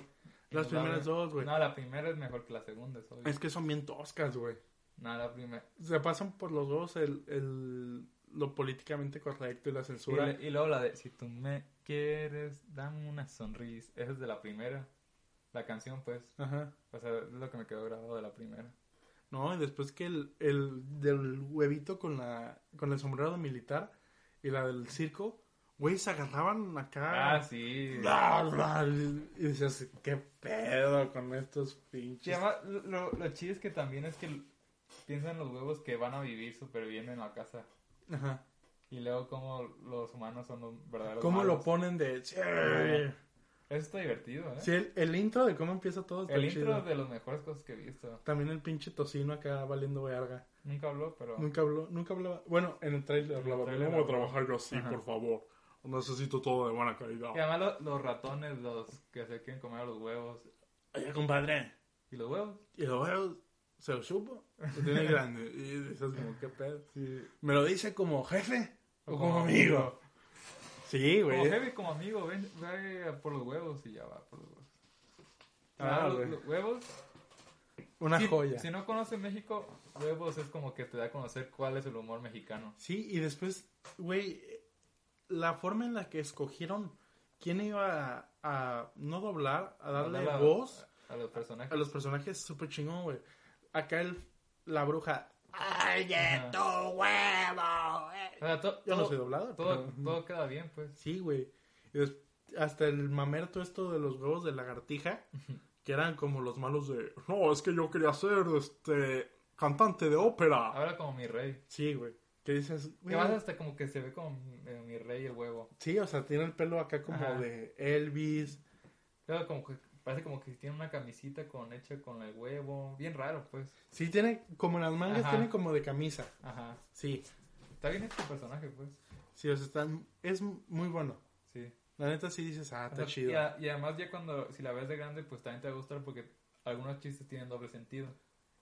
[SPEAKER 3] Las
[SPEAKER 4] No,
[SPEAKER 3] primeras
[SPEAKER 4] la-
[SPEAKER 3] dos, güey.
[SPEAKER 4] No, la primera es mejor que la segunda, es obvio.
[SPEAKER 3] Es que son bien toscas, güey.
[SPEAKER 4] No, la primera.
[SPEAKER 3] Se pasan por los dos el, el, lo políticamente correcto y la
[SPEAKER 4] Y,
[SPEAKER 3] censura.
[SPEAKER 4] le- y luego la de Si tú me quieres, dame una sonrisa. Esa es de la primera. La canción, pues.
[SPEAKER 3] Ajá.
[SPEAKER 4] O sea, es lo que me quedó grabado de la primera.
[SPEAKER 3] No, y después que el, el del huevito con la con el sombrero de militar y la del circo, güey, se agarraban
[SPEAKER 4] Ah,
[SPEAKER 3] acá.
[SPEAKER 4] sí.
[SPEAKER 3] Bla, bla, y dices, qué pedo con estos
[SPEAKER 4] Y
[SPEAKER 3] pinches.
[SPEAKER 4] además, lo, lo chido es que también es que l- piensan los huevos que van a vivir súper bien en la casa.
[SPEAKER 3] Ajá.
[SPEAKER 4] Y luego como los humanos son los verdaderos
[SPEAKER 3] ¿Cómo lo ponen
[SPEAKER 4] ponen?
[SPEAKER 3] de... Sí,
[SPEAKER 4] Eso está divertido, ¿eh?
[SPEAKER 3] Sí, el, el intro de cómo empieza todo está
[SPEAKER 4] El intro
[SPEAKER 3] chido.
[SPEAKER 4] es de las mejores cosas que he visto.
[SPEAKER 3] También el pinche tocino acá valiendo verga.
[SPEAKER 4] Nunca habló, pero...
[SPEAKER 3] Nunca habló, nunca hablaba. Bueno, en el trailer hablaba.
[SPEAKER 4] tráiler
[SPEAKER 3] "No voy a
[SPEAKER 4] hablaba".
[SPEAKER 3] trabajar yo así,
[SPEAKER 4] Ajá.
[SPEAKER 3] por favor. Necesito todo de buena calidad.
[SPEAKER 4] Y además lo- los ratones, los que se quieren comer a los huevos.
[SPEAKER 3] Oye, compadre.
[SPEAKER 4] ¿Y los huevos?
[SPEAKER 3] Y los veo, se lo supo, lo tiene grande. Y dices como, ¿qué pedo? ¿Me lo dice como jefe o como, amigo? Sí,
[SPEAKER 4] Como
[SPEAKER 3] güey.
[SPEAKER 4] heavy, como amigo, ven, ve por los huevos y ya va por los huevos.
[SPEAKER 3] Ah,
[SPEAKER 4] Ah, los,
[SPEAKER 3] güey.
[SPEAKER 4] los huevos.
[SPEAKER 3] Una
[SPEAKER 4] si,
[SPEAKER 3] joya.
[SPEAKER 4] Si no conoces México, huevos es como que te da a conocer cuál es el humor mexicano.
[SPEAKER 3] Sí, y después, güey, la forma en la que escogieron quién iba a, a no doblar, a darle
[SPEAKER 4] Mandar a-
[SPEAKER 3] voz
[SPEAKER 4] A, a los personajes.
[SPEAKER 3] a los personajes, súper chingón, güey. Acá el, la bruja. ¡Ay,
[SPEAKER 4] Ajá.
[SPEAKER 3] tu huevo! eh".
[SPEAKER 4] O sea, to-
[SPEAKER 3] Yo no
[SPEAKER 4] todo-
[SPEAKER 3] soy doblador.
[SPEAKER 4] Todo,
[SPEAKER 3] pero-
[SPEAKER 4] todo queda bien, pues.
[SPEAKER 3] Sí, güey. Y des- Hasta el mamerto esto de los huevos de lagartija, que eran como los malos de, no, es que yo quería ser, este, cantante de ópera.
[SPEAKER 4] Habla como mi rey.
[SPEAKER 3] Sí, güey. Que dices,
[SPEAKER 4] Que
[SPEAKER 3] güey,
[SPEAKER 4] vas hasta como que se ve como eh, mi rey el huevo.
[SPEAKER 3] sí, o sea, tiene el pelo acá como
[SPEAKER 4] Ajá.
[SPEAKER 3] de Elvis.
[SPEAKER 4] Claro, como que parece como que tiene una camisita con hecha con el huevo. Bien raro, pues.
[SPEAKER 3] Sí, tiene, como en las mangas,
[SPEAKER 4] Ajá.
[SPEAKER 3] tiene como de camisa.
[SPEAKER 4] Ajá.
[SPEAKER 3] Sí,
[SPEAKER 4] Está bien este personaje, pues.
[SPEAKER 3] sí, o sea, está, es muy bueno.
[SPEAKER 4] Sí.
[SPEAKER 3] La neta sí dices, ah, está
[SPEAKER 4] Ajá.
[SPEAKER 3] chido.
[SPEAKER 4] Y, a- y además ya cuando, si la ves de grande, pues también te va a gustar porque algunos chistes tienen doble sentido.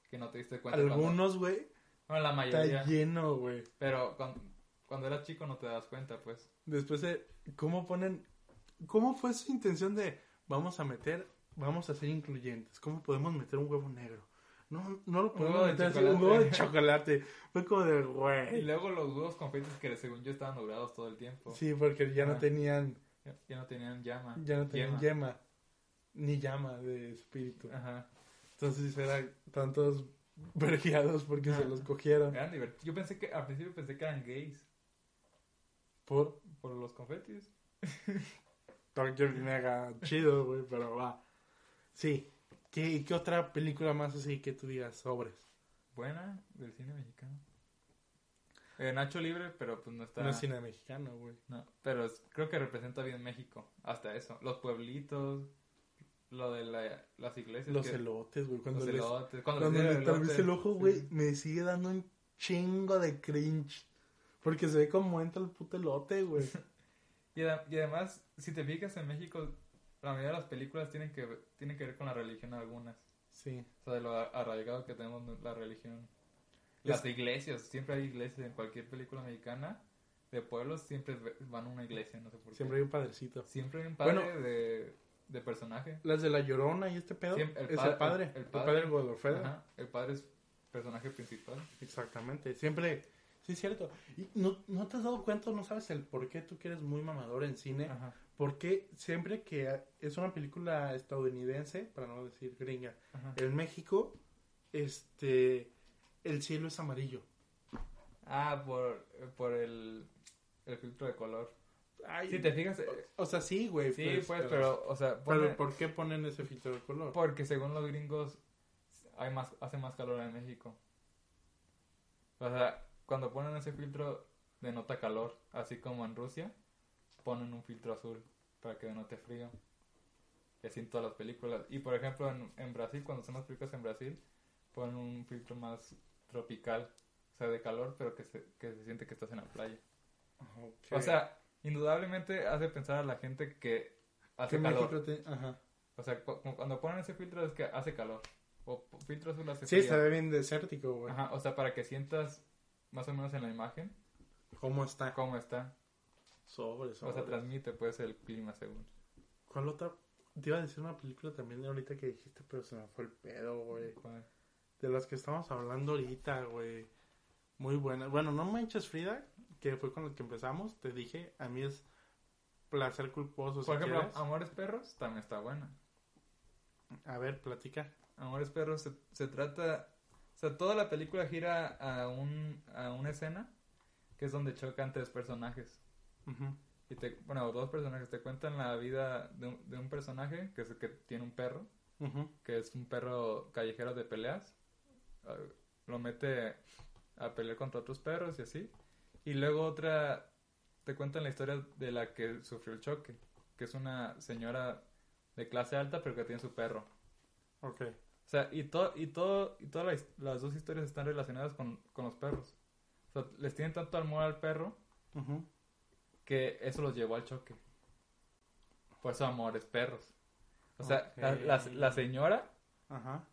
[SPEAKER 4] Que no te diste cuenta. cuando-
[SPEAKER 3] Algunos, güey,
[SPEAKER 4] Bueno, la
[SPEAKER 3] está
[SPEAKER 4] mayoría.
[SPEAKER 3] lleno, güey.
[SPEAKER 4] Pero cuando, cuando eras chico no te das cuenta, pues.
[SPEAKER 3] Después de cómo ponen, cómo fue su intención de vamos a meter, vamos a ser incluyentes, cómo podemos meter un huevo negro. No, no lo podemos
[SPEAKER 4] huevo de
[SPEAKER 3] meter así, un
[SPEAKER 4] chocolate.
[SPEAKER 3] huevo de chocolate. Fue como de
[SPEAKER 4] Y
[SPEAKER 3] güey.
[SPEAKER 4] luego los huevos confetes que según yo estaban dorados todo el tiempo.
[SPEAKER 3] Sí, porque ya no
[SPEAKER 4] Ah.
[SPEAKER 3] tenían,
[SPEAKER 4] Ya, ya no tenían llama.
[SPEAKER 3] ya no tenían
[SPEAKER 4] Yema. Ah.
[SPEAKER 3] yema, ni llama de espíritu.
[SPEAKER 4] Ajá.
[SPEAKER 3] Entonces eran tantos vergeados porque se
[SPEAKER 4] Ah.
[SPEAKER 3] los cogieron
[SPEAKER 4] Eran divertidos. Yo pensé que, al principio pensé que eran gays
[SPEAKER 3] por
[SPEAKER 4] por los confetis.
[SPEAKER 3] Doctor Mega chido, güey, pero va. Sí. ¿Qué, y ¿Qué otra película más así que tú digas sobres?
[SPEAKER 4] Buena del cine mexicano. Eh, Nacho Libre, pero pues no está.
[SPEAKER 3] No es cine mexicano, güey.
[SPEAKER 4] No, pero es- creo que representa bien México, hasta eso. Los pueblitos, lo de la- las iglesias.
[SPEAKER 3] Los
[SPEAKER 4] que-
[SPEAKER 3] elotes, güey. Cuando,
[SPEAKER 4] los
[SPEAKER 3] les,
[SPEAKER 4] elotes. Cuando,
[SPEAKER 3] cuando
[SPEAKER 4] les
[SPEAKER 3] le
[SPEAKER 4] dieron
[SPEAKER 3] tapé
[SPEAKER 4] elote,
[SPEAKER 3] el ojo, güey,
[SPEAKER 4] sí.
[SPEAKER 3] me sigue dando un chingo de cringe. Porque se ve como entra el puto elote, güey.
[SPEAKER 4] Y, ada- y además, si te fijas en México, la mayoría de las películas tienen que, ver- tienen que ver con la religión algunas.
[SPEAKER 3] Sí.
[SPEAKER 4] O sea, de lo a- arraigado que tenemos la religión. Las iglesias, siempre hay iglesias en cualquier película mexicana. de pueblos siempre ve- van a una iglesia, no sé por qué.
[SPEAKER 3] Siempre hay un padrecito.
[SPEAKER 4] Siempre hay un padre
[SPEAKER 3] Bueno.
[SPEAKER 4] de, de personaje.
[SPEAKER 3] Las de la llorona y este pedo.
[SPEAKER 4] Siempre- el
[SPEAKER 3] es
[SPEAKER 4] padre-
[SPEAKER 3] el padre.
[SPEAKER 4] el- el
[SPEAKER 3] El
[SPEAKER 4] padre.
[SPEAKER 3] padre, de Godofredo.
[SPEAKER 4] Ajá, el padre es personaje principal.
[SPEAKER 3] Exactamente. Siempre. Sí, es cierto. Y no, no te has dado cuenta, no sabes el por qué tú que eres muy mamador en cine.
[SPEAKER 4] Ajá,
[SPEAKER 3] Porque siempre que es una película estadounidense, para no decir gringa,
[SPEAKER 4] ajá.
[SPEAKER 3] en México, este. El cielo es amarillo.
[SPEAKER 4] Ah, por, por el, el filtro de color.
[SPEAKER 3] Ay,
[SPEAKER 4] Si te fijas, eh,
[SPEAKER 3] O sea, sí, güey.
[SPEAKER 4] sí, pues, pero, o sea,
[SPEAKER 3] pero
[SPEAKER 4] pone-
[SPEAKER 3] ¿por qué ponen ese filtro de color?
[SPEAKER 4] porque según los gringos hay más, hace más calor en México. O sea, cuando ponen ese filtro denota calor, así como en Rusia ponen un filtro azul para que denote frío. Y así en todas las películas. Y por ejemplo, en, en Brasil, cuando son las películas en Brasil, ponen un filtro más tropical, o sea, de calor, pero que se, que se siente que estás en la playa.
[SPEAKER 3] Ok.
[SPEAKER 4] O sea, indudablemente hace pensar a la gente que hace
[SPEAKER 3] que
[SPEAKER 4] calor.
[SPEAKER 3] México te- Ajá.
[SPEAKER 4] O sea, cu- cu- cuando ponen ese filtro es que hace calor. O p- filtro azul hace
[SPEAKER 3] Sí,
[SPEAKER 4] frío.
[SPEAKER 3] se ve bien desértico, güey.
[SPEAKER 4] Ajá, o sea, para que sientas más o menos en la imagen
[SPEAKER 3] ¿Cómo está?
[SPEAKER 4] cómo está.
[SPEAKER 3] Sobre,
[SPEAKER 4] O
[SPEAKER 3] sobre.
[SPEAKER 4] sea, transmite pues el clima según.
[SPEAKER 3] ¿Cuál otra? Te iba a decir una película también de ahorita que dijiste, pero se me fue el pedo, güey.
[SPEAKER 4] ¿Cuál?
[SPEAKER 3] De las que estamos hablando ahorita, güey. Muy buena. Bueno, no manches Frida, que fue con la que empezamos. Te dije, a mí es placer culposo. si
[SPEAKER 4] Por ejemplo,
[SPEAKER 3] quieres.
[SPEAKER 4] Amores Perros también está buena.
[SPEAKER 3] a ver, platica.
[SPEAKER 4] Amores Perros se, se trata... O sea, toda la película gira a, un, a una escena que es donde chocan tres personajes.
[SPEAKER 3] Ujú.
[SPEAKER 4] Y te, bueno, dos personajes te cuentan la vida de un, de un personaje que es el que tiene un perro.
[SPEAKER 3] Ujú.
[SPEAKER 4] que es un perro callejero de peleas. Ah, Lo mete a pelear contra otros perros y así. Y luego otra, te cuentan la historia de la que sufrió el choque, que es una señora de clase alta pero que tiene su perro. O
[SPEAKER 3] Ok.
[SPEAKER 4] sea, y, todo y, todo y todas las, las dos historias están relacionadas con, con los perros. O sea, les tienen tanto amor al perro
[SPEAKER 3] Ujú.
[SPEAKER 4] que eso los llevó al choque. Por eso amores perros. O sea, la-
[SPEAKER 3] Ok.
[SPEAKER 4] la- la señora
[SPEAKER 3] Ajá.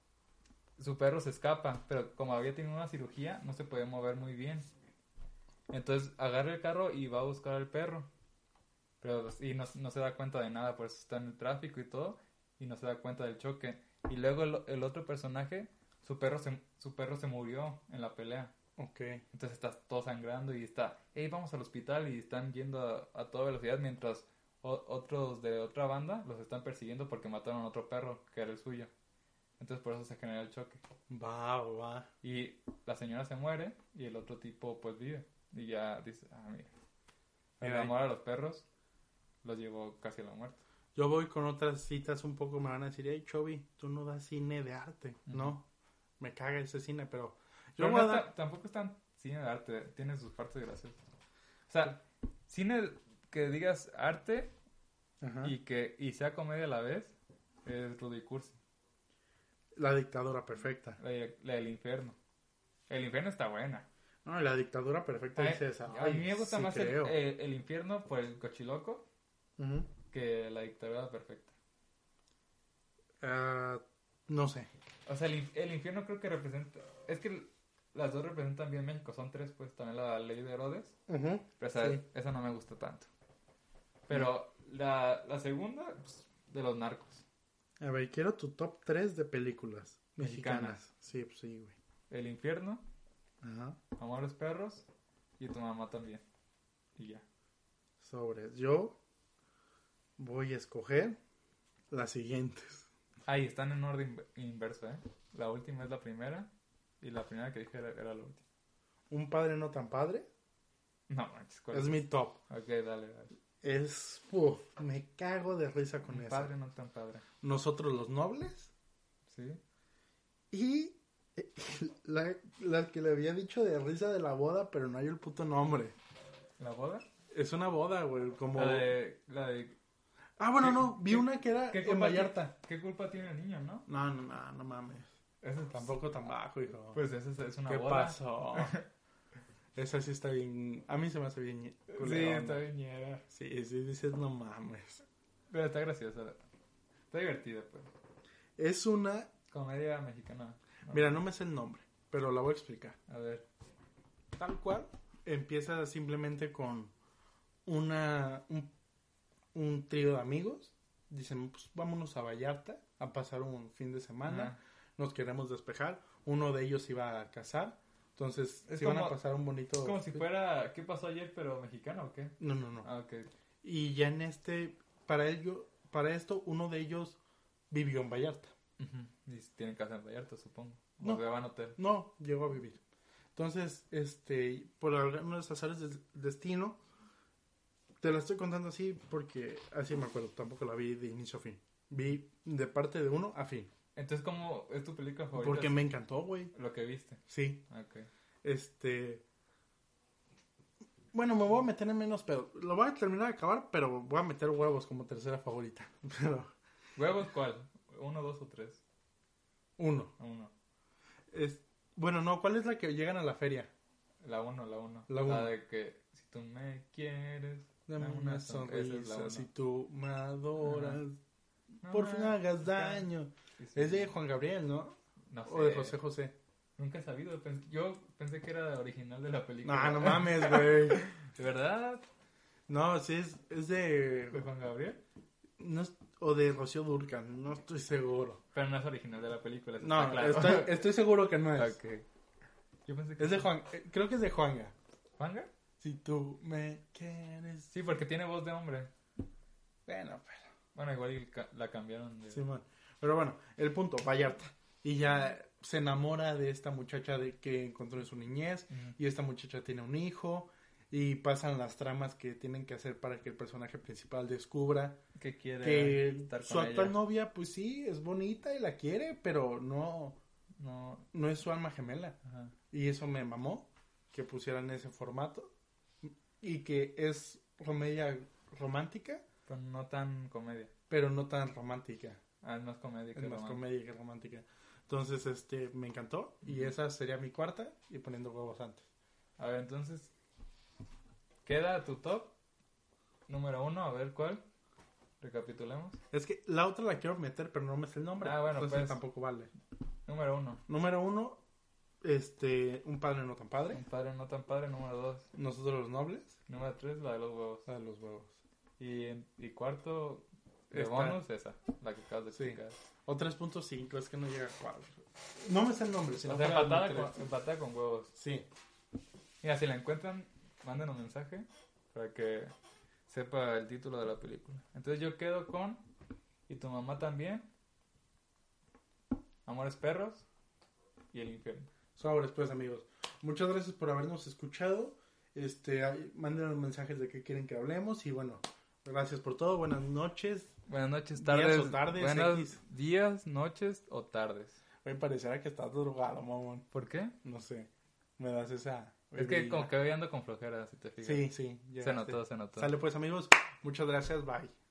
[SPEAKER 4] su perro se escapa, pero como había tenido una cirugía, no se podía mover muy bien. Entonces agarra el carro y va a buscar al perro. Pero y no, no se da cuenta de nada, por eso está en el tráfico y todo, y no se da cuenta del choque. Y luego el, el otro personaje, su perro, se, su perro se murió en la pelea.
[SPEAKER 3] Ok.
[SPEAKER 4] Entonces está todo sangrando y está, hey, vamos al hospital y están yendo a, a toda velocidad mientras o- otros de otra banda los están persiguiendo porque mataron a otro perro que era el suyo. Entonces por eso se genera el choque.
[SPEAKER 3] Va, va.
[SPEAKER 4] Y la señora se muere y el otro tipo pues vive. Y ya dice, ah, mira. El
[SPEAKER 3] Mira.
[SPEAKER 4] amor a los perros los llevó casi a la muerte.
[SPEAKER 3] Yo voy con otras citas un poco, me van a decir, hey, Chovy, tú no das cine de arte.
[SPEAKER 4] Ujú.
[SPEAKER 3] No, me caga ese cine, pero yo
[SPEAKER 4] Pero
[SPEAKER 3] voy
[SPEAKER 4] no
[SPEAKER 3] a dar-
[SPEAKER 4] está- tampoco es tan cine de arte, tiene sus partes graciosas. O sea, cine que digas arte
[SPEAKER 3] Ajá.
[SPEAKER 4] y que y sea comedia a la vez es Rudy Cursi,
[SPEAKER 3] La dictadura perfecta.
[SPEAKER 4] la, la del infierno. El infierno está buena.
[SPEAKER 3] No, la dictadura perfecta
[SPEAKER 4] A,
[SPEAKER 3] dice esa.
[SPEAKER 4] a mí me gusta más el, eh,
[SPEAKER 3] creo.
[SPEAKER 4] el- el infierno por el cochiloco
[SPEAKER 3] Ujú.
[SPEAKER 4] que la dictadura perfecta.
[SPEAKER 3] Ah, no sé.
[SPEAKER 4] O sea, el, inf- el infierno creo que representa. Es que l- las dos representan bien México. Son tres, pues también la ley de Herodes.
[SPEAKER 3] Ujú.
[SPEAKER 4] Pero esa,
[SPEAKER 3] Sí.
[SPEAKER 4] esa no me gusta tanto. Pero la, la segunda, pues, de los narcos.
[SPEAKER 3] A ver, quiero tu top 3 de películas mexicanas.
[SPEAKER 4] Mexicanas.
[SPEAKER 3] Sí, pues sí, güey.
[SPEAKER 4] El infierno,
[SPEAKER 3] Ajá.
[SPEAKER 4] Amor a los perros y tu mamá también. Y ya.
[SPEAKER 3] Sobres. Yo voy a escoger las siguientes.
[SPEAKER 4] Ahí están en orden inver- inverso, ¿eh? La última es la primera y la primera que dije era, era la última.
[SPEAKER 3] Un padre no tan padre.
[SPEAKER 4] No manches, ¿cuál
[SPEAKER 3] Es mi top.
[SPEAKER 4] Ok, dale, dale.
[SPEAKER 3] Es. uf, me cago de risa con
[SPEAKER 4] Un
[SPEAKER 3] esa.
[SPEAKER 4] padre no tan padre.
[SPEAKER 3] Nosotros los nobles.
[SPEAKER 4] ¿Sí?
[SPEAKER 3] Y eh, la, la que le había dicho de risa de la boda, pero no hay el puto nombre.
[SPEAKER 4] ¿La boda?
[SPEAKER 3] Es una boda, güey. Como.
[SPEAKER 4] La de, la de
[SPEAKER 3] Ah, bueno,
[SPEAKER 4] ¿Qué-
[SPEAKER 3] no. Vi
[SPEAKER 4] qué-
[SPEAKER 3] una que era
[SPEAKER 4] ¿Qué
[SPEAKER 3] en
[SPEAKER 4] culpa,
[SPEAKER 3] Vallarta.
[SPEAKER 4] ti- ¿Qué culpa tiene el niño, no?
[SPEAKER 3] No, no, no, no mames.
[SPEAKER 4] Eso
[SPEAKER 3] Tampoco tan bajo, hijo.
[SPEAKER 4] Pues eso es, es una
[SPEAKER 3] ¿Qué
[SPEAKER 4] boda.
[SPEAKER 3] pasó? Esa sí está bien. A mí se me hace bien.
[SPEAKER 4] Sí, está
[SPEAKER 3] bien.
[SPEAKER 4] bien ñera.
[SPEAKER 3] Sí, sí, dices, no mames.
[SPEAKER 4] Pero está graciosa. Está divertida, pues.
[SPEAKER 3] Es una.
[SPEAKER 4] Comedia mexicana.
[SPEAKER 3] Mira, no me sé el nombre, pero la voy a explicar.
[SPEAKER 4] A ver.
[SPEAKER 3] Tal cual. empieza simplemente con una, un, un trío de amigos. Dicen, pues vámonos a Vallarta a pasar un fin de semana. Nos queremos despejar. Uno de ellos iba a casar. Entonces,
[SPEAKER 4] Es
[SPEAKER 3] se van a
[SPEAKER 4] como-
[SPEAKER 3] pasar un bonito...
[SPEAKER 4] Es como si fuera, ¿qué pasó ayer, pero mexicano o qué?
[SPEAKER 3] No, no, no.
[SPEAKER 4] Ah, ok.
[SPEAKER 3] Y ya en este, para ello, para esto, uno de ellos vivió en Vallarta.
[SPEAKER 4] Ujú. Y tienen casa en Vallarta, supongo. O
[SPEAKER 3] No.
[SPEAKER 4] se van a hotel.
[SPEAKER 3] No, llegó a vivir. Entonces, este, por algunos azares del destino, te la estoy contando así porque así me acuerdo, tampoco la vi de inicio a fin. Vi de parte de uno a fin.
[SPEAKER 4] Entonces, ¿cómo es tu película favorita?
[SPEAKER 3] Porque me encantó, güey.
[SPEAKER 4] Lo que viste. Ah,
[SPEAKER 3] Sí,
[SPEAKER 4] Ok.
[SPEAKER 3] este... Bueno, me voy a meter en menos pedo. Lo voy a terminar de acabar, pero voy a meter huevos como tercera favorita. Pero,
[SPEAKER 4] ¿Huevos cuál? ¿Uno, dos o tres?
[SPEAKER 3] uno.
[SPEAKER 4] Uno.
[SPEAKER 3] Es, bueno, no, ¿cuál es la que llegan a la feria?
[SPEAKER 4] La uno, la uno.
[SPEAKER 3] La uno.
[SPEAKER 4] de que, si tú me quieres,
[SPEAKER 3] Dame una sonrisa
[SPEAKER 4] Ah, Esa es la uno.
[SPEAKER 3] si tú me adoras.
[SPEAKER 4] No
[SPEAKER 3] Por
[SPEAKER 4] me
[SPEAKER 3] fin hagas
[SPEAKER 4] hagas
[SPEAKER 3] daño.
[SPEAKER 4] Sí, sí.
[SPEAKER 3] Es de Juan Gabriel, ¿no?
[SPEAKER 4] No sé.
[SPEAKER 3] O de José José.
[SPEAKER 4] Nunca he sabido. pens- Yo pensé que era original de la
[SPEAKER 3] No,
[SPEAKER 4] película.
[SPEAKER 3] no mames, güey.
[SPEAKER 4] ¿De verdad?
[SPEAKER 3] No, sí, es, es
[SPEAKER 4] ¿De
[SPEAKER 3] de...
[SPEAKER 4] Juan Gabriel?
[SPEAKER 3] no es- o de Rocío Durcan, no estoy seguro.
[SPEAKER 4] Pero no es original de la película. eso
[SPEAKER 3] No,
[SPEAKER 4] está claro.
[SPEAKER 3] estoy, estoy seguro que no es.
[SPEAKER 4] Ok. Yo pensé que
[SPEAKER 3] Es de Juan, eh, creo que es de Juanga.
[SPEAKER 4] ¿Juanga?
[SPEAKER 3] Si tú me quieres...
[SPEAKER 4] Sí, porque tiene voz de hombre.
[SPEAKER 3] Bueno, pues. pero...
[SPEAKER 4] Bueno, igual y ca- la cambiaron de...
[SPEAKER 3] Simón. Pero bueno, el punto, Vallarta. Y ya se enamora de esta muchacha de que encontró en su niñez.
[SPEAKER 4] Ujú.
[SPEAKER 3] y esta muchacha tiene un hijo y pasan las tramas que tienen que hacer para que el personaje principal descubra
[SPEAKER 4] Que quiere
[SPEAKER 3] que
[SPEAKER 4] estar
[SPEAKER 3] su
[SPEAKER 4] con
[SPEAKER 3] actual
[SPEAKER 4] ella.
[SPEAKER 3] novia pues sí es bonita y la quiere pero no
[SPEAKER 4] No,
[SPEAKER 3] no es su alma gemela
[SPEAKER 4] ajá.
[SPEAKER 3] y eso me mamó que pusieran ese formato y que es comedia romántica
[SPEAKER 4] Pero no tan comedia.
[SPEAKER 3] pero no tan romántica
[SPEAKER 4] Ah, es más comedia que
[SPEAKER 3] es más
[SPEAKER 4] romántica.
[SPEAKER 3] comedia que romántica entonces este me encantó y
[SPEAKER 4] Ujú.
[SPEAKER 3] esa sería mi cuarta y poniendo huevos antes
[SPEAKER 4] A ver, entonces... Queda tu top. Número uno, a ver cuál. Recapitulemos.
[SPEAKER 3] es que la otra la quiero meter pero no me sé el nombre
[SPEAKER 4] Ah, bueno,
[SPEAKER 3] entonces
[SPEAKER 4] pues.
[SPEAKER 3] tampoco vale
[SPEAKER 4] Número uno.
[SPEAKER 3] Número uno, este, un padre no tan padre.
[SPEAKER 4] Un padre no tan padre. Número dos.
[SPEAKER 3] Nosotros los nobles.
[SPEAKER 4] Número tres, la de los huevos.
[SPEAKER 3] La de los huevos.
[SPEAKER 4] Y, y cuarto, de
[SPEAKER 3] Esta.
[SPEAKER 4] bonus, esa. La que acabas de
[SPEAKER 3] Sí.
[SPEAKER 4] explicar.
[SPEAKER 3] O 3.5, es que no llega a 4. No me sé el nombre, si
[SPEAKER 4] O
[SPEAKER 3] no
[SPEAKER 4] sea,
[SPEAKER 3] fuera
[SPEAKER 4] empatada
[SPEAKER 3] muy tres.
[SPEAKER 4] con, empatada con huevos.
[SPEAKER 3] Sí,
[SPEAKER 4] Mira, si la encuentran, mándenos un mensaje para que sepa el título de la película. Entonces yo quedo con Y tu mamá también, Amores Perros y El Infierno.
[SPEAKER 3] sobres pues amigos. Muchas gracias por habernos escuchado. Este, ahí, mándenos mensajes de qué quieren que hablemos y bueno, gracias por todo. Buenas noches.
[SPEAKER 4] Buenas
[SPEAKER 3] Días o
[SPEAKER 4] noches, tardes.
[SPEAKER 3] tardes,
[SPEAKER 4] buenos
[SPEAKER 3] X.
[SPEAKER 4] días, noches o tardes.
[SPEAKER 3] Hoy pareciera que estás drogado, mamón.
[SPEAKER 4] ¿Por qué?
[SPEAKER 3] No sé, me das esa...
[SPEAKER 4] Es que
[SPEAKER 3] bebida.
[SPEAKER 4] como que hoy ando con flojera, si te fijas.
[SPEAKER 3] Sí, sí. ya
[SPEAKER 4] se
[SPEAKER 3] sé.
[SPEAKER 4] notó, se notó.
[SPEAKER 3] Sale pues amigos, muchas gracias, bye.